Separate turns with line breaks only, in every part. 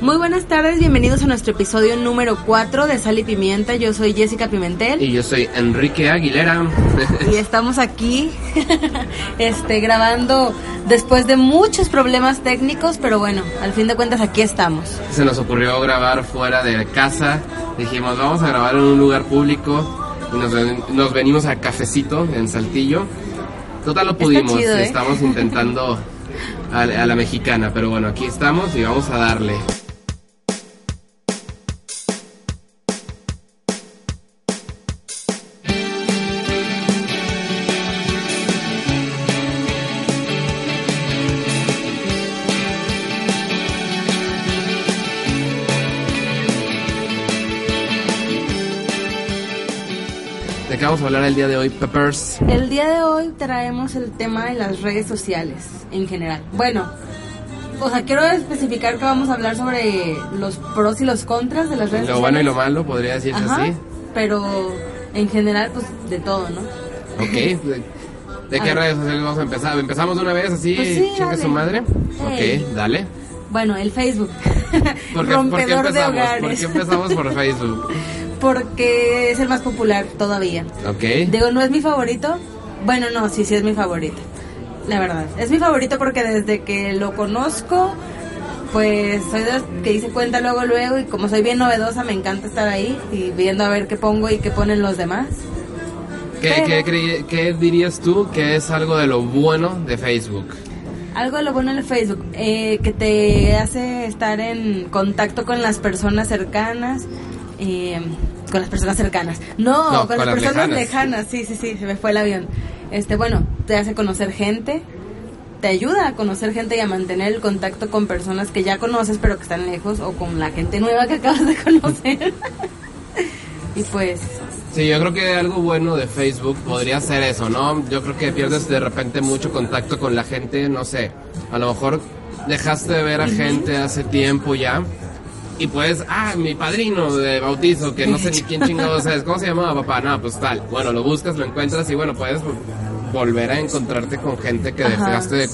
Muy buenas tardes, bienvenidos a nuestro episodio número 4 de Sal y Pimienta. Yo soy Jessica Pimentel
Y yo soy Enrique Aguilera.
y estamos aquí este, grabando después de muchos problemas técnicos, pero bueno, al fin de cuentas aquí estamos.
Se nos ocurrió grabar fuera de casa. Dijimos, vamos a grabar en un lugar público. Y nos, ven- nos venimos a Cafecito, en Saltillo. Total, lo
Está
pudimos.
chido, ¿eh?
Estamos intentando a, a la mexicana. Pero bueno, aquí estamos y vamos a darle. ¿De qué vamos a hablar el día de hoy, Peppers?
El día de hoy traemos el tema de las redes sociales en general. Bueno, o sea, quiero especificar que vamos a hablar sobre los pros y los contras de las redes
Lo bueno
sociales.
y lo malo, podría decirse
Ajá,
así.
pero en general, pues de todo, ¿no?
Ok. ¿De, de
A
qué
ver.
redes sociales vamos a empezar? ¿Empezamos de una vez así?
Pues sí,
chingue su
dale.
madre.
Ey.
Ok, dale.
Bueno, el Facebook.
¿Por qué, por qué
Rompedor de
empezamos? ¿Por
hogares.
qué empezamos por Facebook?
Porque es el más popular todavía.
Ok.
Digo, no es mi favorito. Bueno, no, sí, sí es mi favorito. La verdad. Es mi favorito porque desde que lo conozco, pues soy de los que hice cuenta luego, luego. Y como soy bien novedosa, me encanta estar ahí y viendo a ver qué pongo y qué ponen los demás.
¿Qué,
Pero-
qué, creí- qué dirías tú que es algo de lo bueno de Facebook?
Algo de lo bueno en el Facebook, eh, que te hace estar en contacto con las personas cercanas. eh, con las personas cercanas. No,
No,
con, las, personas lejanas. Sí, sí, sí, se me fue el avión. Este, bueno, te hace conocer gente, te ayuda a conocer gente y a mantener el contacto con personas que ya conoces pero que están lejos o con la gente nueva que acabas de conocer. y pues,
Sí, yo creo que algo bueno de Facebook podría ser eso, ¿no? Yo creo que pierdes de repente mucho contacto con la gente, no sé. A lo mejor dejaste de ver a gente hace tiempo ya. Y pues, ah, mi padrino de bautizo, que no sé ni quién chingados es. ¿Cómo se llamaba papá? No, pues tal. Bueno, lo buscas, lo encuentras y bueno, puedes volver a encontrarte con gente que
Ajá.
dejaste de,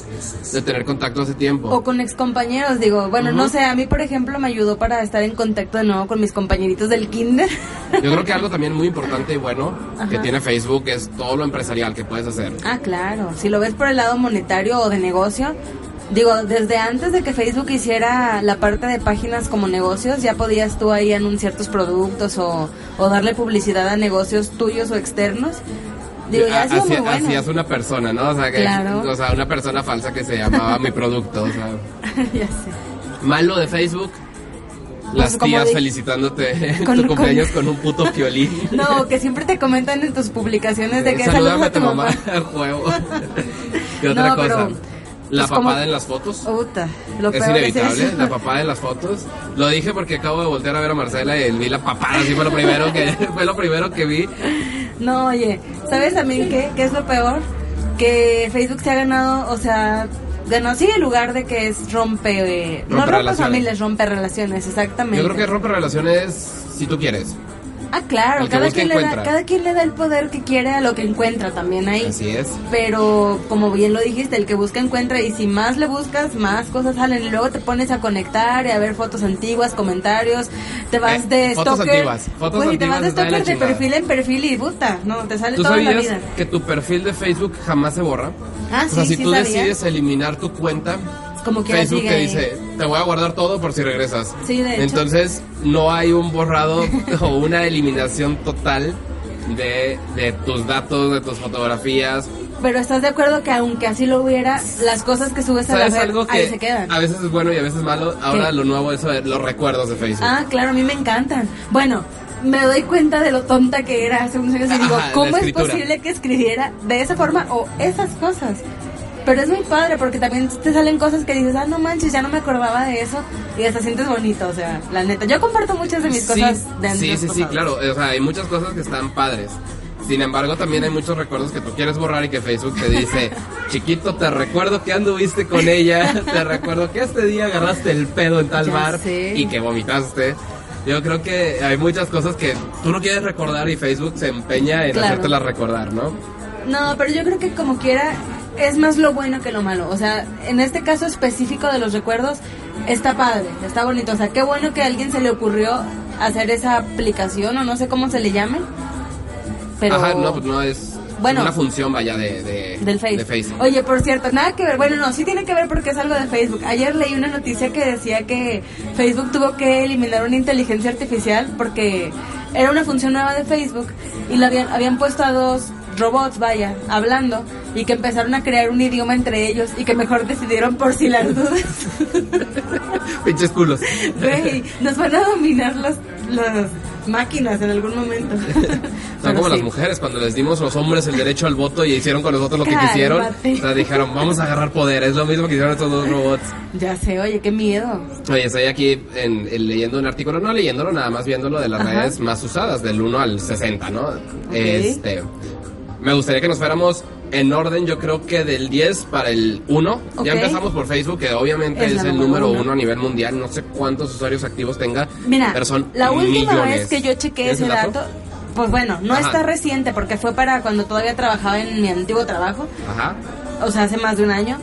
de tener contacto hace tiempo.
O con excompañeros, digo, bueno, no sé, a mí por ejemplo me ayudó para estar en contacto de nuevo con mis compañeritos del kinder.
Yo creo que algo también muy importante y bueno que
Ajá.
tiene Facebook es todo lo empresarial que puedes hacer.
ah, claro, si lo ves por el lado monetario o de negocio, digo, desde antes de que Facebook hiciera la parte de páginas como negocios, ya podías tú ahí anunciar tus productos o, o darle publicidad a negocios tuyos o externos. Digo, ya ha sido
Ah, Así-
muy bueno.
así es una persona, ¿no? O sea, que-
Claro.
o sea, una persona falsa que se llamaba mi producto. O sea,
Ya sé.
malo de Facebook. Las
Pues como
tías
dije-
felicitándote
Con- con-
tu cumpleaños con un puto violín.
No, que siempre te comentan en tus publicaciones de que saludos
Salúdame
a tu mamá.
Eh, a juego. ¿Qué otra
No,
cosa?
pero,
La
pues, como-
papada en las fotos.
Puta, lo
es
peor
inevitable,
eso.
la papada en las fotos. Lo dije porque acabo de voltear a ver a Marcela y vi la papada, así fue lo primero que, fue lo primero que vi.
No, oye, ¿sabes también qué? ¿Qué es lo peor? Que Facebook se ha ganado, o sea, ganó sí el lugar de que es rompe... eh, no
Rompe
rompe
relaciones.
familias, rompe relaciones, exactamente.
Yo creo que rompe relaciones si tú quieres.
Ah, claro,
el que
cada
busca,
quien, le da,
encuentra.
cada quien le da el poder que quiere a lo que encuentra también ahí.
Así es.
Pero como bien lo dijiste, el que busca encuentra y si más le buscas, más cosas salen. Y luego te pones a conectar y a ver fotos antiguas, comentarios, te vas
Eh,
de
fotos
stalker.
antiguas, fotos
Güey, te vas de
antiguas, está de la
stalker de
chingada.
perfil en perfil y puta, no, te sale
¿Tú
toda la vida.
sabías que tu perfil de Facebook jamás se borra?
Ah,
o sea,
sí,
si
sí
tú
sabía.
decides eliminar tu cuenta,
Como quiera
Facebook
sigue
te
ahí.
dice, te voy a guardar todo por si regresas.
Sí, de hecho.
Entonces, no hay un borrado o una eliminación total de, de tus datos, de tus fotografías.
Pero estás de acuerdo que aunque así lo hubiera, las cosas que subes a la
¿Sabes
red
algo
ahí
que
se quedan.
a veces es bueno y a veces es malo? Ahora
¿Qué?
lo nuevo es eh, los recuerdos de Facebook.
Ah, claro, a mí me encantan. Bueno, me doy cuenta de lo tonta que era hace unos años y digo,
Ajá, la
¿cómo es
escritura.
posible que escribiera de esa forma o esas cosas? Pero es muy padre porque también te salen cosas que dices, ah, no manches, ya no me acordaba de eso. Y hasta sientes bonito, o sea, la neta. Yo comparto muchas de mis
Sí,
cosas de
sí,
antes
sí, sí,
pasadas.
claro. O sea, hay muchas cosas que están padres. Sin embargo, también hay muchos recuerdos que tú quieres borrar y que Facebook te dice, chiquito, te recuerdo que anduviste con ella, te recuerdo que este día agarraste el pedo en tal
Ya
bar
sé.
y que vomitaste. Yo creo que hay muchas cosas que tú no quieres recordar y Facebook se empeña en
Claro.
hacértelas recordar, ¿no?
No, pero yo creo que como quiera es más lo bueno que lo malo. O sea, en este caso específico de los recuerdos, está padre, está bonito. O sea, qué bueno que a alguien se le ocurrió hacer esa aplicación o no sé cómo se le llame. Pero...
Ajá, no, pues no es
Bueno.
una función vaya de, de-
Del Facebook.
de Facebook.
Oye, por cierto, nada que ver. Bueno, no, sí tiene que ver porque es algo de Facebook. Ayer leí una noticia que decía que Facebook tuvo que eliminar una inteligencia artificial porque era una función nueva de Facebook y la habían, habían puesto a dos robots, vaya, hablando y que empezaron a crear un idioma entre ellos y que mejor decidieron por si las dudas.
Pinches culos.
Güey, nos van a dominar las, las máquinas en algún momento.
Son
Pero
como las
sí.
mujeres, cuando les dimos los hombres el derecho al voto y hicieron con nosotros lo que
Cálmate.
quisieron, o sea, dijeron, vamos a agarrar poder, es lo mismo que hicieron estos dos robots.
Ya sé, oye, qué miedo.
Oye, estoy aquí en, en leyendo un artículo, no leyéndolo, nada más viéndolo de las
Ajá.
redes más usadas, del 1 al 60, ¿no? Este, me gustaría que nos fuéramos en orden, yo creo que del 10 para el 1. Ya
Ok.
empezamos por Facebook, que obviamente
Es
es,
la
el
número
número
uno.
1 a nivel mundial, no sé cuántos usuarios activos tenga,
Mira,
pero son
la última vez
millones.
que yo chequeé
¿Tienes
ese
el
dato, pues bueno, no
Ajá.
está reciente porque fue para cuando todavía trabajaba en mi antiguo trabajo,
Ajá.
o sea, hace más de un año,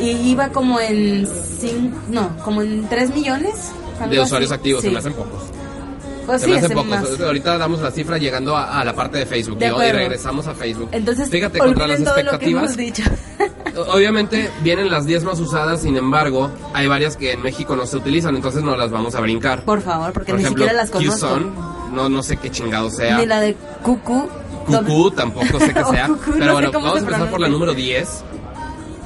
y iba como en cin- no, como en 3 millones. algo
De usuarios
así.
activos,
Sí.
se me hacen pocos.
Pues
Se
sí,
me hacen
hace
pocos.
más.
Ahorita damos la cifra llegando a, a la parte de Facebook.
De
¿no? y
acuerdo.
regresamos a Facebook.
Entonces,
fíjate contra las
olviden todo lo que hemos
expectativas.
dicho.
Obviamente vienen las 10 más usadas, sin embargo, hay varias que en México no se utilizan, entonces no las vamos a brincar.
Por favor, porque
Por
ni
ejemplo,
siquiera las conozco.
Qson, no, no sé qué chingado sea.
Ni la de Cucu.
Cucú tampoco sé qué
O
sea.
Cucú,
pero
no sé
bueno,
cómo
vamos a
se
empezar por la
pronuncia.
número 10.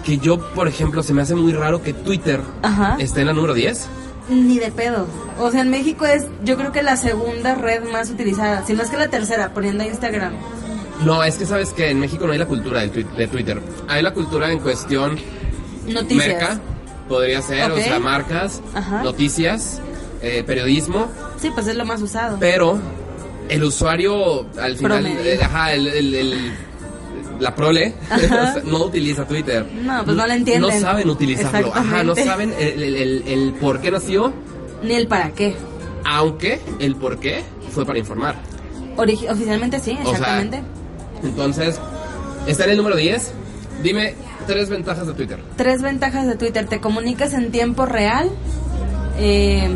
Que yo, por ejemplo, se me hace muy raro que Twitter
Ajá.
esté en la número 10.
Ni de pedo. O sea, en México es, yo creo que la segunda red más utilizada, si no es que la tercera, poniendo Instagram.
No, es que sabes que en México no hay la cultura del twi- de Twitter. Hay la cultura en cuestión
Noticias.
Merca, podría ser,
Ok.
o sea, marcas,
Ajá.
noticias, eh, periodismo,
Sí, pues es lo más usado.
pero el usuario al final,
Promedio.
eh, ajá, el, el- el- la prole
Ajá.
o sea, no utiliza Twitter.
No, pues no la entienden.
No saben utilizarlo, ajá, no
Exactamente.
saben el, el- el- el por qué nació,
Ni el para qué.
aunque el por qué fue para informar.
Origi- oficialmente sí,
O sea,
exactamente.
Entonces, está en el número 10. Dime tres ventajas de Twitter.
Tres ventajas de Twitter. Te comunicas en tiempo real. eh,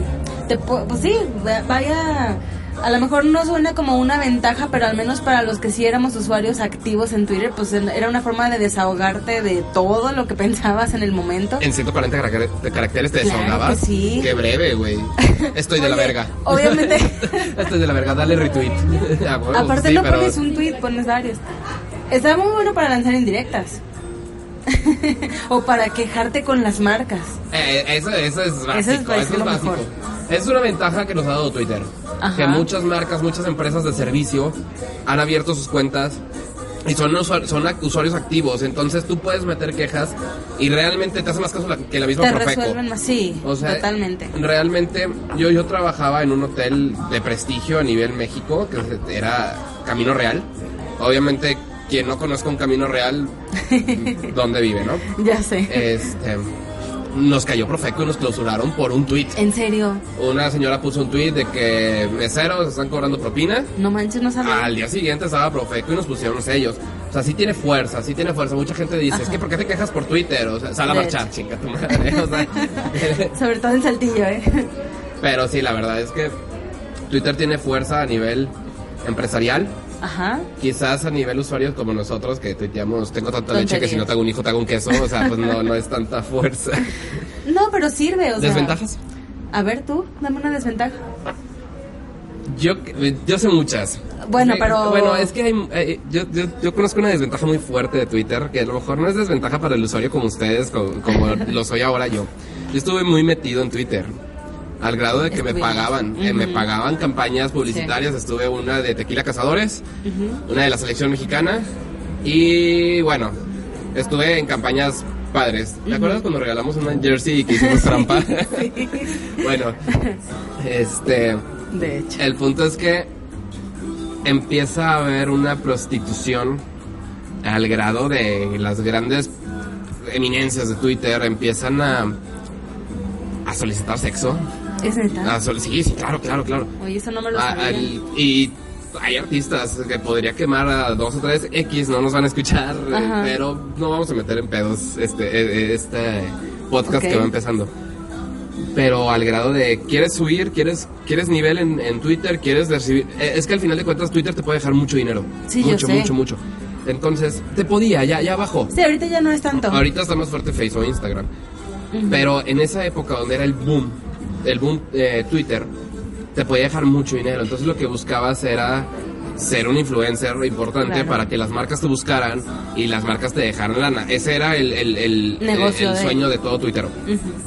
te pu- pues sí, va- vaya... A lo mejor no suena como una ventaja, pero al menos para los que sí éramos usuarios activos en Twitter, pues en- era una forma de desahogarte de todo lo que pensabas en el momento.
En 140 caracteres- de caracteres te
Claro
desahogabas.
que sí.
Qué breve, güey. Estoy de la
Oye,
verga.
obviamente.
Estoy de la verga, dale retweet. A huevo,
Aparte
sí,
no
pero-
pones un tweet, pones varios. Está muy bueno para lanzar indirectas. o para quejarte con las marcas.
Eh, eso, eso es básico.
Eso
Eso
es
es,
básico, lo
básico.
mejor.
Es una ventaja que nos ha dado Twitter.
Ajá.
Que muchas marcas, muchas empresas de servicio han abierto sus cuentas y son, usu- son ac- usuarios activos. Entonces tú puedes meter quejas y realmente te hace más caso la- que la misma
Te
Profeco.
resuelven más, sí,
O sea, eh,
totalmente.
Realmente, yo, yo trabajaba en un hotel de prestigio a nivel México, que se- era Camino Real. Obviamente, quien no conozca un Camino Real, ¿dónde vive, no?
Ya sé.
Este, nos cayó Profeco y nos clausuraron por un tuit.
en serio,
Una señora puso un tuit de que meseros están cobrando propina.
no manches, no sabía.
Al día siguiente estaba Profeco y nos pusieron sellos. O sea, sí tiene fuerza, sí tiene fuerza. Mucha gente dice,
Ajá.
es que ¿por qué te quejas por Twitter? O sea, sal a
De
marchar, chinga tu madre. O sea,
Sobre todo en Saltillo, ¿eh?
Pero sí, la verdad es que Twitter tiene fuerza a nivel empresarial.
Ajá.
Quizás a nivel usuarios como nosotros que tuiteamos, tengo tanta leche que
Tonterías.
si no te hago un hijo te hago un queso. O sea, pues no, no es tanta fuerza.
No, pero sirve, o sea.
¿Desventajas?
A ver tú, dame una desventaja.
Yo, yo sé muchas.
Bueno,
Sí,
pero-
Bueno, es que hay, eh, yo, yo, yo conozco una desventaja muy fuerte de Twitter, que a lo mejor no es desventaja para el usuario como ustedes, como, como lo soy ahora yo. Yo estuve muy metido en Twitter, al grado de que me
Estuvimos.
pagaban. eh, me
Ujú.
pagaban campañas publicitarias. Estuve una de Tequila Cazadores, una de la selección mexicana, y bueno, estuve en campañas padres. ¿Te acuerdas cuando regalamos una jersey y que hicimos trampa? bueno, este,
De hecho.
el punto es que empieza a haber una prostitución al grado de las grandes eminencias de Twitter empiezan a, a solicitar sexo.
¿Es neta?
A sol- sí, sí, claro, claro, claro.
Oye, eso no me lo
Ah,
sabía.
al- y hay artistas que podría quemar a dos o tres X, no nos van a escuchar, eh,
Ajá.
pero no vamos a meter en pedos este, eh, eh, este podcast
Ok.
que va empezando. Pero al grado de, ¿quieres subir? ¿Quieres, quieres nivel en, en Twitter? ¿Quieres recibir? eh, es que al final de cuentas Twitter te puede dejar mucho dinero.
Sí, yo
mucho,
sé.
mucho, mucho. Entonces, te podía, ya, ya bajó.
Sí, ahorita ya no es tanto.
Ahorita está más fuerte Facebook e Instagram.
Ujú.
Pero en esa época donde era el boom, el boom eh, Twitter, te podía dejar mucho dinero. Entonces lo que buscabas era ser un influencer importante
Claro.
para que las marcas te buscaran y las marcas te dejaran lana. Ese era el, el- el-
Negocio
el
de-
sueño de todo Twitter.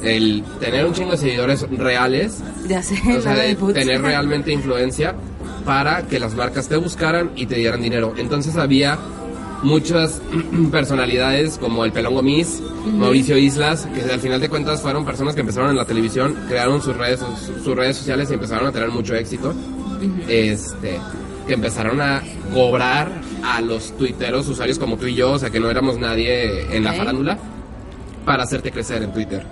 El tener un chingo de seguidores reales,
Ya sé,
o sea,
la
de
del putz.
eh, tener realmente influencia para que las marcas te buscaran y te dieran dinero. Entonces había muchas personalidades como el Pelón Gomis, Mauricio Islas, que al final de cuentas fueron personas que empezaron en la televisión, crearon sus redes, sus, sus redes sociales y empezaron a tener mucho éxito. Este que empezaron a cobrar a los tuiteros usuarios como tú y yo, o sea que no éramos nadie en la
Ok.
farándula, para hacerte crecer en Twitter.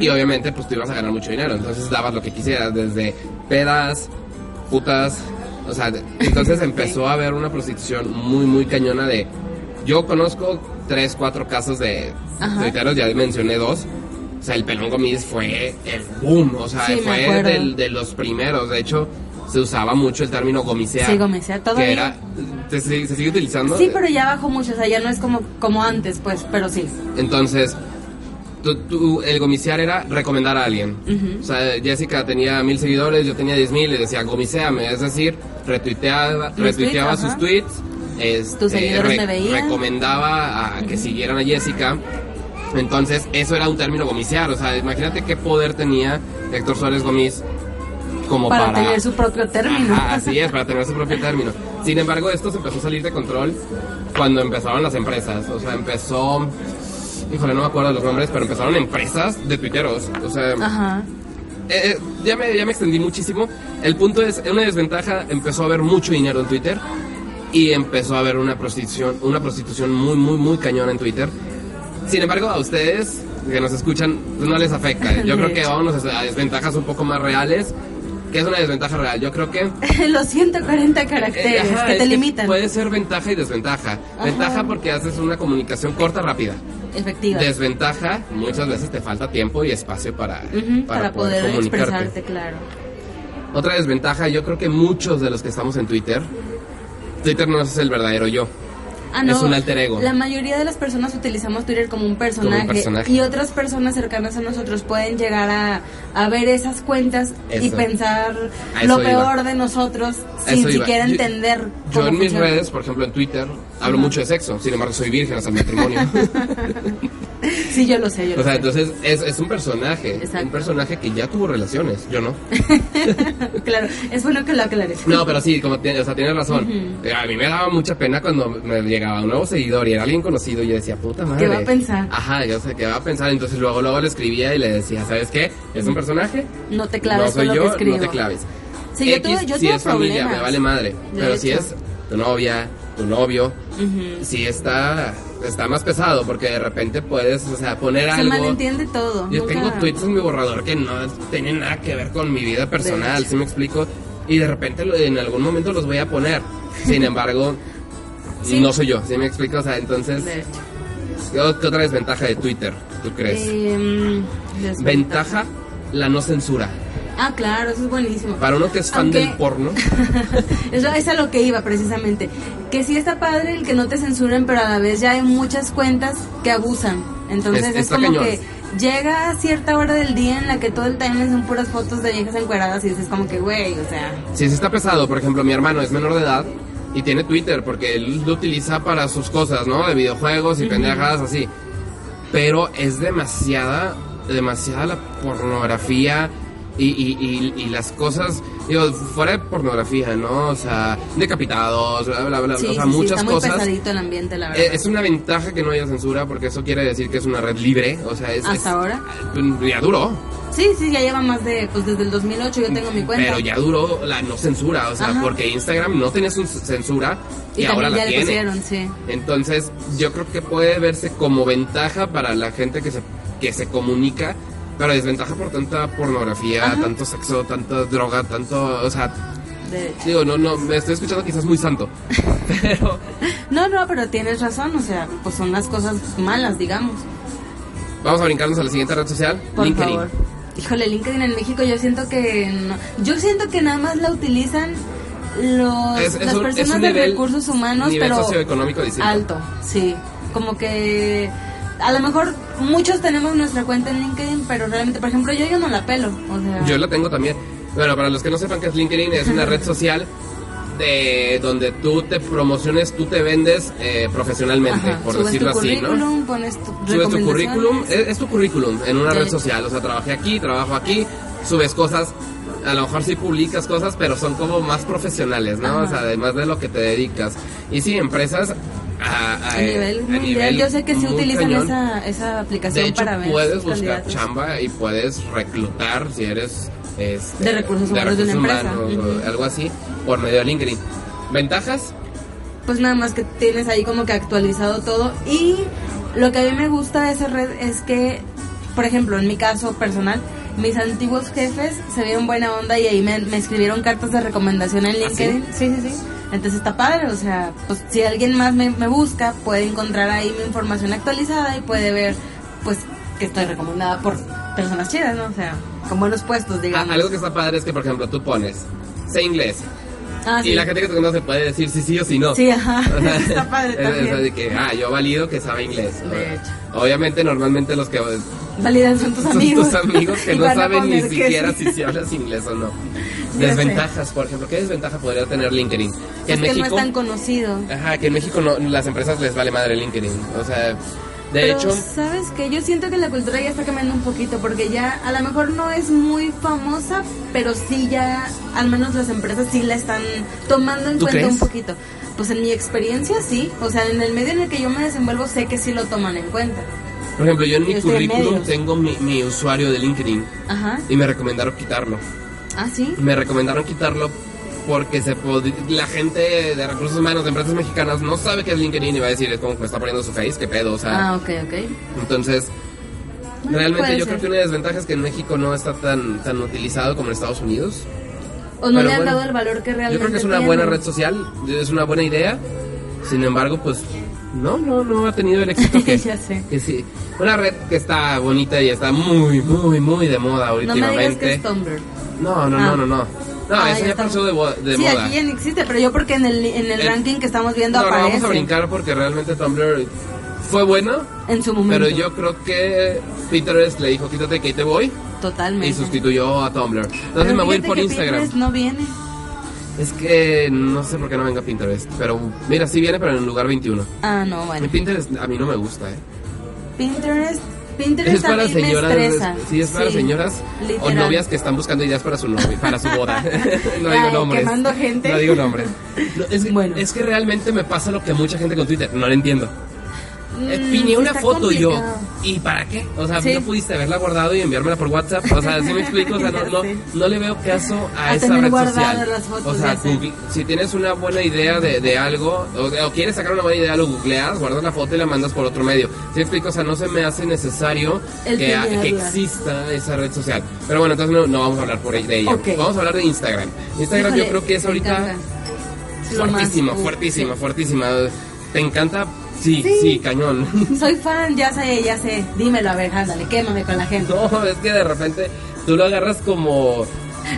Y obviamente, pues tú ibas a ganar mucho dinero. Entonces dabas lo que quisieras, desde pedas, putas. O sea, de- entonces empezó a haber una prostitución muy, muy cañona de. Yo conozco tres, cuatro casos de
Ajá.
solitarios, ya mencioné dos. O sea, el pelón gomis fue el boom. O sea,
Sí, me
fue
acuerdo.
del- de los primeros. De hecho, se usaba mucho el término gomisear.
Sí, gomisear, todavía.
Que era, te- se, se sigue utilizando.
Sí, pero ya bajó mucho, o sea, ya no es como, como antes, pues, pero sí.
Entonces, tú- tú- el gomiciar era recomendar a alguien. O sea, Jessica tenía mil seguidores, yo tenía diez mil, y decía gomiseame, es decir, retuiteaba,
Mis
retuiteaba
tweets,
sus
ajá.
tweets, este,
Tus seguidores me veían.
recomendaba a que siguieran a Jessica. Entonces, eso era un término gomisear. O sea, imagínate qué poder tenía Héctor Suárez Gomis como
Para,
para,
tener su propio término.
Ajá, Ah, así es, para tener su propio término. Sin embargo, esto se empezó a salir de control cuando empezaron las empresas. O sea, empezó. Híjole, no me acuerdo los nombres, pero empezaron empresas de tuiteros. O sea,
Ajá.
eh, eh, ya, me, ya me extendí muchísimo. El punto es, en una desventaja empezó a haber mucho dinero en Twitter y empezó a haber una prostitución, una prostitución muy, muy, muy cañona en Twitter. Sin embargo, a ustedes que nos escuchan, pues, no les afecta. ¿eh? Yo
De
creo que
hecho.
vamos a desventajas un poco más reales. que es una desventaja real? Yo creo que
Los 140
eh,
caracteres
ajá,
que
es
te limitan.
Puede ser ventaja y desventaja. Ventaja porque haces una comunicación corta, rápida.
Efectivas.
Desventaja, muchas veces te falta tiempo y espacio para,
Ujú,
para
para,
poder,
poder
comunicarte.
expresarte, claro.
Otra desventaja, yo creo que muchos de los que estamos en Twitter, Twitter no es el verdadero yo.
Ah,
Es un alter ego.
La mayoría de las personas utilizamos Twitter como un personaje,
personaje.
y otras personas cercanas a nosotros pueden llegar a, a ver esas cuentas y
Eso.
pensar
A
lo
eso iba.
peor de nosotros sin
Eso iba.
siquiera
Yo-
entender
Yo,
cómo
en mis
funciona.
redes, por ejemplo en Twitter, hablo mucho de sexo, sin embargo soy virgen hasta el matrimonio.
Sí, yo lo sé, yo
o
lo
sea,
sé.
entonces es, es un personaje,
Exacto.
un personaje que ya tuvo relaciones, yo no.
claro, es bueno que lo aclares.
No, pero sí, como tiene- o sea, tienes razón. Eh, A mí me daba mucha pena cuando me llegaba un nuevo seguidor y era alguien conocido y yo decía, puta madre.
va a pensar?
Ajá, yo sé, ¿qué va a pensar? Entonces luego, luego le escribía y le decía, ¿sabes qué? Es un personaje.
No te claves
no soy
con lo
yo,
que escribo.
no te claves.
Sí, yo tuve- yo
si
tuve
es familia,
problemas.
me vale madre.
De
pero si
hecho.
es tu novia, tu novio,
Ujú.
si está, está más pesado porque de repente puedes, o sea, poner
Se
algo.
malentiende todo.
Yo
nunca-
tengo tweets en mi borrador que no tienen nada que ver con mi vida personal, si me explico. Y de repente lo- en algún momento los voy a poner. Sin embargo,
Sí.
no soy yo, si me explico. O sea, entonces,
De hecho.
¿qué o- qué otra desventaja de Twitter tú crees?
Eh, desventaja.
Ventaja, la no censura.
Ah, claro, eso es buenísimo.
Para uno que es fan
Aunque-
del porno,
Eso es a lo que iba precisamente. Que sí está padre el que no te censuren, pero a la vez ya hay muchas cuentas que abusan. Entonces
Es-
es,
está
como
cañón.
que llega a cierta hora del día en la que todo el timeline son puras fotos de viejas encueradas y dices como que, güey, o sea,
si se está pesado, por ejemplo, mi hermano es menor de edad y tiene Twitter porque él lo utiliza para sus cosas, ¿no? De videojuegos y pendejadas así. pero es demasiada, demasiada la pornografía y, y, y, y las cosas, digo, fuera de pornografía, ¿no? O sea, decapitados, bla, bla, bla,
Sí,
o sea,
sí, sí,
muchas
está muy
cosas.
pesadito el ambiente, la verdad.
Eh, Es una ventaja que no haya censura porque eso quiere decir que es una red libre, o sea, es...
¿Hasta
es-
ahora?
Ya duró,
Sí, sí, ya lleva más de, pues desde el 2008 yo tengo mi cuenta.
pero ya duró la no censura, o sea,
Ajá.
porque Instagram no tenía su censura y,
y
ahora
también ya
la
le
tiene.
pusieron, sí.
Entonces, yo creo que puede verse como ventaja para la gente que se, que se comunica, pero desventaja por tanta pornografía,
Ajá.
tanto sexo, tanta droga, tanto, o sea,
De-
digo, no, no, me estoy escuchando quizás muy santo, pero
No, no, pero tienes razón, o sea, pues son las cosas malas, digamos.
vamos a brincarnos a la siguiente red social,
Por
LinkedIn.
favor. Híjole, LinkedIn en México yo siento que no- yo siento que nada más la utilizan los,
Es- es
las
un- es
personas
un
de
nivel-
recursos humanos,
nivel
pero
socioeconómico distinto.
alto, sí. Como que a lo mejor muchos tenemos nuestra cuenta en LinkedIn, pero realmente, por ejemplo, yo yo no la pelo, o sea,
Yo la tengo también. Bueno, para los que no sepan qué es LinkedIn, es una red social de donde tú te promociones, tú te vendes eh, profesionalmente,
ajá,
por
subes
decirlo
tu
así, ¿no?
currículum, pones tu
Subes tu
recomendaciones.
currículum, es, es tu currículum en una
Ya,
red
ya.
social, o sea, trabajé aquí, trabajo aquí, subes cosas, a lo mejor sí publicas cosas, pero son como más profesionales, ¿no?
Ajá.
O sea, además de lo que te dedicas. Y sí, empresas a, a-
a nivel
a
mundial,
nivel
yo sé que sí
muy
utilizan
cañón.
esa, esa aplicación
De hecho,
para ver
puedes
sus
buscar
candidatos.
chamba y puedes reclutar si eres este,
De recursos humanos de una
recursos
empresa.
humanos,
Ujú.
algo así, por medio de LinkedIn. ¿Ventajas?
pues nada más que tienes ahí como que actualizado todo. Y lo que a mí me gusta de esa red es que, por ejemplo, en mi caso personal, mis antiguos jefes se vieron buena onda y ahí me, me escribieron cartas de recomendación en
¿Ah,
LinkedIn. sí, sí, sí. Entonces está padre, o sea, pues si alguien más me, me busca, puede encontrar ahí mi información actualizada y puede ver, pues, que estoy recomendada por personas chidas, ¿no? O sea, con buenos puestos,
Ah,
digamos.
algo que está padre es que, por ejemplo, tú pones, sé inglés,
Ah,
y la gente que te conoce puede decir sí, sí o sí no.
Sí, ajá.
O sea,
Está padre
es- es
también.
de que, ah, yo valido que sabe inglés.
De
O sea,
hecho.
Obviamente, normalmente los que
Validan son tus
son
amigos.
tus amigos que
Y
no
van a
saben ni
poner que
siquiera
sí.
si si hablas inglés o no.
Ya sé.
Desventajas, por ejemplo, ¿qué desventaja podría tener LinkedIn? Que
Es
en
que
México,
no es tan conocido.
Ajá, que en México no, las empresas les vale madre LinkedIn. O sea, de
Pero,
hecho,
¿sabes que Yo siento que la cultura ya está cambiando un poquito, porque ya a lo mejor no es muy famosa, pero sí ya, al menos las empresas sí la están tomando en
¿Tú
cuenta
crees?
un poquito. Pues en mi experiencia sí, o sea, en el medio en el que yo me desenvuelvo sé que sí lo toman en cuenta.
por ejemplo, yo en mi
Yo estoy en
currículum
medios.
tengo mi, mi usuario de LinkedIn
Ajá.
y me recomendaron quitarlo.
Ah, sí.
Me recomendaron quitarlo porque se pod- la gente de recursos humanos de empresas mexicanas no sabe qué es LinkedIn y va a decir, es como que me está poniendo su face, qué pedo, o sea.
Ah, ok, ok.
Entonces,
Bueno,
realmente
puede
yo
ser.
creo que una desventaja es que en México no está tan, tan utilizado como en Estados Unidos.
O no
Pero
le han
bueno,
dado el valor que realmente.
Yo creo que es una
tiene.
buena red social, es una buena idea. Sin embargo, pues no, no, no ha tenido el éxito que,
Ya sé.
que sí. Una red que está bonita y está muy, muy, muy de moda
No me digas que
últimamente.
es Tumblr.
no, no,
Ah.
no, no, no. No,
Ah,
eso
ya
ya
estamos.
pasó de, bo- de
sí,
moda.
aquí ya no existe, pero yo porque en el, en el
Eh,
ranking que estamos viendo
no, no,
aparece.
vamos a brincar porque realmente Tumblr fue bueno,
En su momento.
pero yo creo que Pinterest le dijo quítate que ahí te voy
Totalmente.
y sustituyó a Tumblr. Entonces
Pero
me voy a ir
fíjate
por
que
Instagram.
Pinterest no viene.
Es que no sé por qué no venga Pinterest, pero mira, sí viene, pero en el lugar 21.
Ah, no,
Mi
bueno.
Pinterest a mí no me gusta, ¿eh?
Pinterest, Pinterest
es para
a mí
señoras,
me estresa.
es- sí, es para señoras o
literal.
novias que están buscando ideas para su novio, para su boda. no
Ay,
digo nombres.
quemando gente.
No digo nombres. No, es, que,
Bueno.
es que realmente me pasa lo que mucha gente con Twitter, no lo entiendo. Eh,
Mm,
Piñé una
está
foto
complicado.
yo. ¿Y para qué? O sea,
Sí.
no pudiste haberla guardado y enviármela por WhatsApp. O sea, ¿sí me explico? O sea, no,
Ya
no,
sé.
no le veo caso a,
A
esa
tener
red
guardadas
social.
las fotos,
o sea,
ya sé.
Google- si tienes una buena idea de, de algo, o, o quieres sacar una buena idea, lo googleas, guardas la foto y la mandas por otro medio. ¿Sí me explico? O sea, no se me hace necesario
El
que, a- que
tenerla.
exista esa red social. Pero bueno, entonces no, no vamos a hablar por ahí de ella.
Ok.
Vamos a hablar de Instagram. Instagram
Híjole,
yo creo que es
me
ahorita...
encanta. Es lo más-
Fuertísima,
uh,
fuertísima, fuertísima. ¿Te encanta? Sí,
Sí.
sí, cañón.
sí. Soy fan, ya sé, ya sé. Dímelo, a ver, ándale, quémame con la gente.
No, es que de repente tú lo agarras como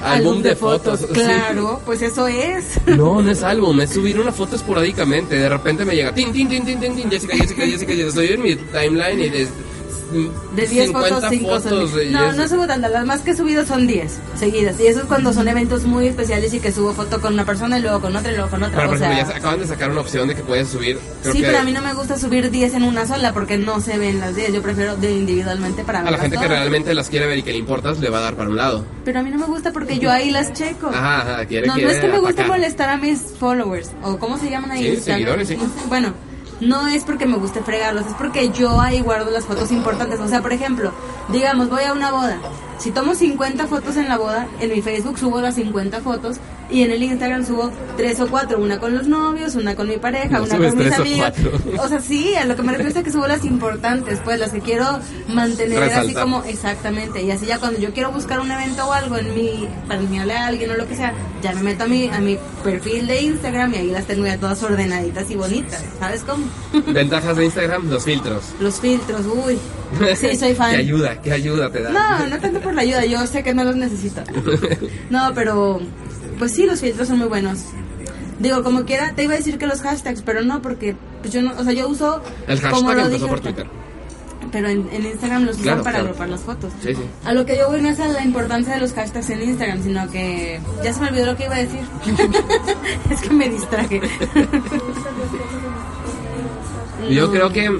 álbum de fotos. sí.
Claro, pues eso es.
No, no es álbum, es subir una foto esporádicamente. De repente me llega, tin, tin, tin, tin, tin, tin, Jessica, Jessica, Jessica, Jessica. Estoy en mi timeline y des-
De 10 fotos, 5
fotos.
son...
de-
No,
y
no
es-
subo tantas. Las más que he subido son 10 seguidas. Y eso es cuando son eventos muy especiales y que subo foto con una persona y luego con otra y luego con otra.
Pero, por
o sea,
ejemplo, ya acaban de sacar una opción de que puedes subir. Creo
sí,
que
pero a mí no me gusta subir 10 en una sola porque no se ven las 10. Yo prefiero de individualmente para
a la
verlas
gente que
todas.
realmente las quiere ver y que le importas le va a dar para un lado.
Pero a mí no me gusta porque yo ahí las checo.
Ajá, ajá, quiere,
no,
quiere
no es que me guste
atacar.
molestar a mis followers o cómo se llaman ahí.
Sí,
Instagram.
seguidores, sí.
No sé, Bueno, no es porque me guste fregarlos, es porque yo ahí guardo las fotos importantes. O sea, por ejemplo, digamos, voy a una boda. Si tomo 50 fotos en la boda, en mi Facebook subo las 50 fotos y en el Instagram subo 3 o 4, una con los novios, una con mi pareja,
No
una
subes
con mis
tres o
amigos.
cuatro.
O sea, sí, a lo que me refiero es que subo las importantes, pues las que quiero mantener así
Resaltar.
como Exactamente, y así ya cuando yo quiero buscar un evento o algo en mi, para enviarle a alguien o lo que sea, ya me meto a mi, a mi perfil de Instagram y ahí las tengo ya todas ordenaditas y bonitas, ¿sabes cómo?
Ventajas de Instagram, los filtros.
Los filtros, uy, sí, soy fan.
¿Qué ayuda? ¿Qué ayuda te da?
No, no tanto por la ayuda, yo sé que no los necesito. No, pero pues sí, los filtros son muy buenos. Digo, como quiera, te iba a decir que los hashtags, pero no, porque pues, yo no, o sea, yo uso...
El
como
hashtag
lo
empezó
dije
por
ahorita.
Twitter.
Pero en, en Instagram los usan
Claro,
para
claro.
agrupar las fotos.
Sí, sí.
A lo que yo voy no es a la importancia de los hashtags en Instagram, sino que ya se me olvidó lo que iba a decir. es que me distraje.
Yo
No.
creo que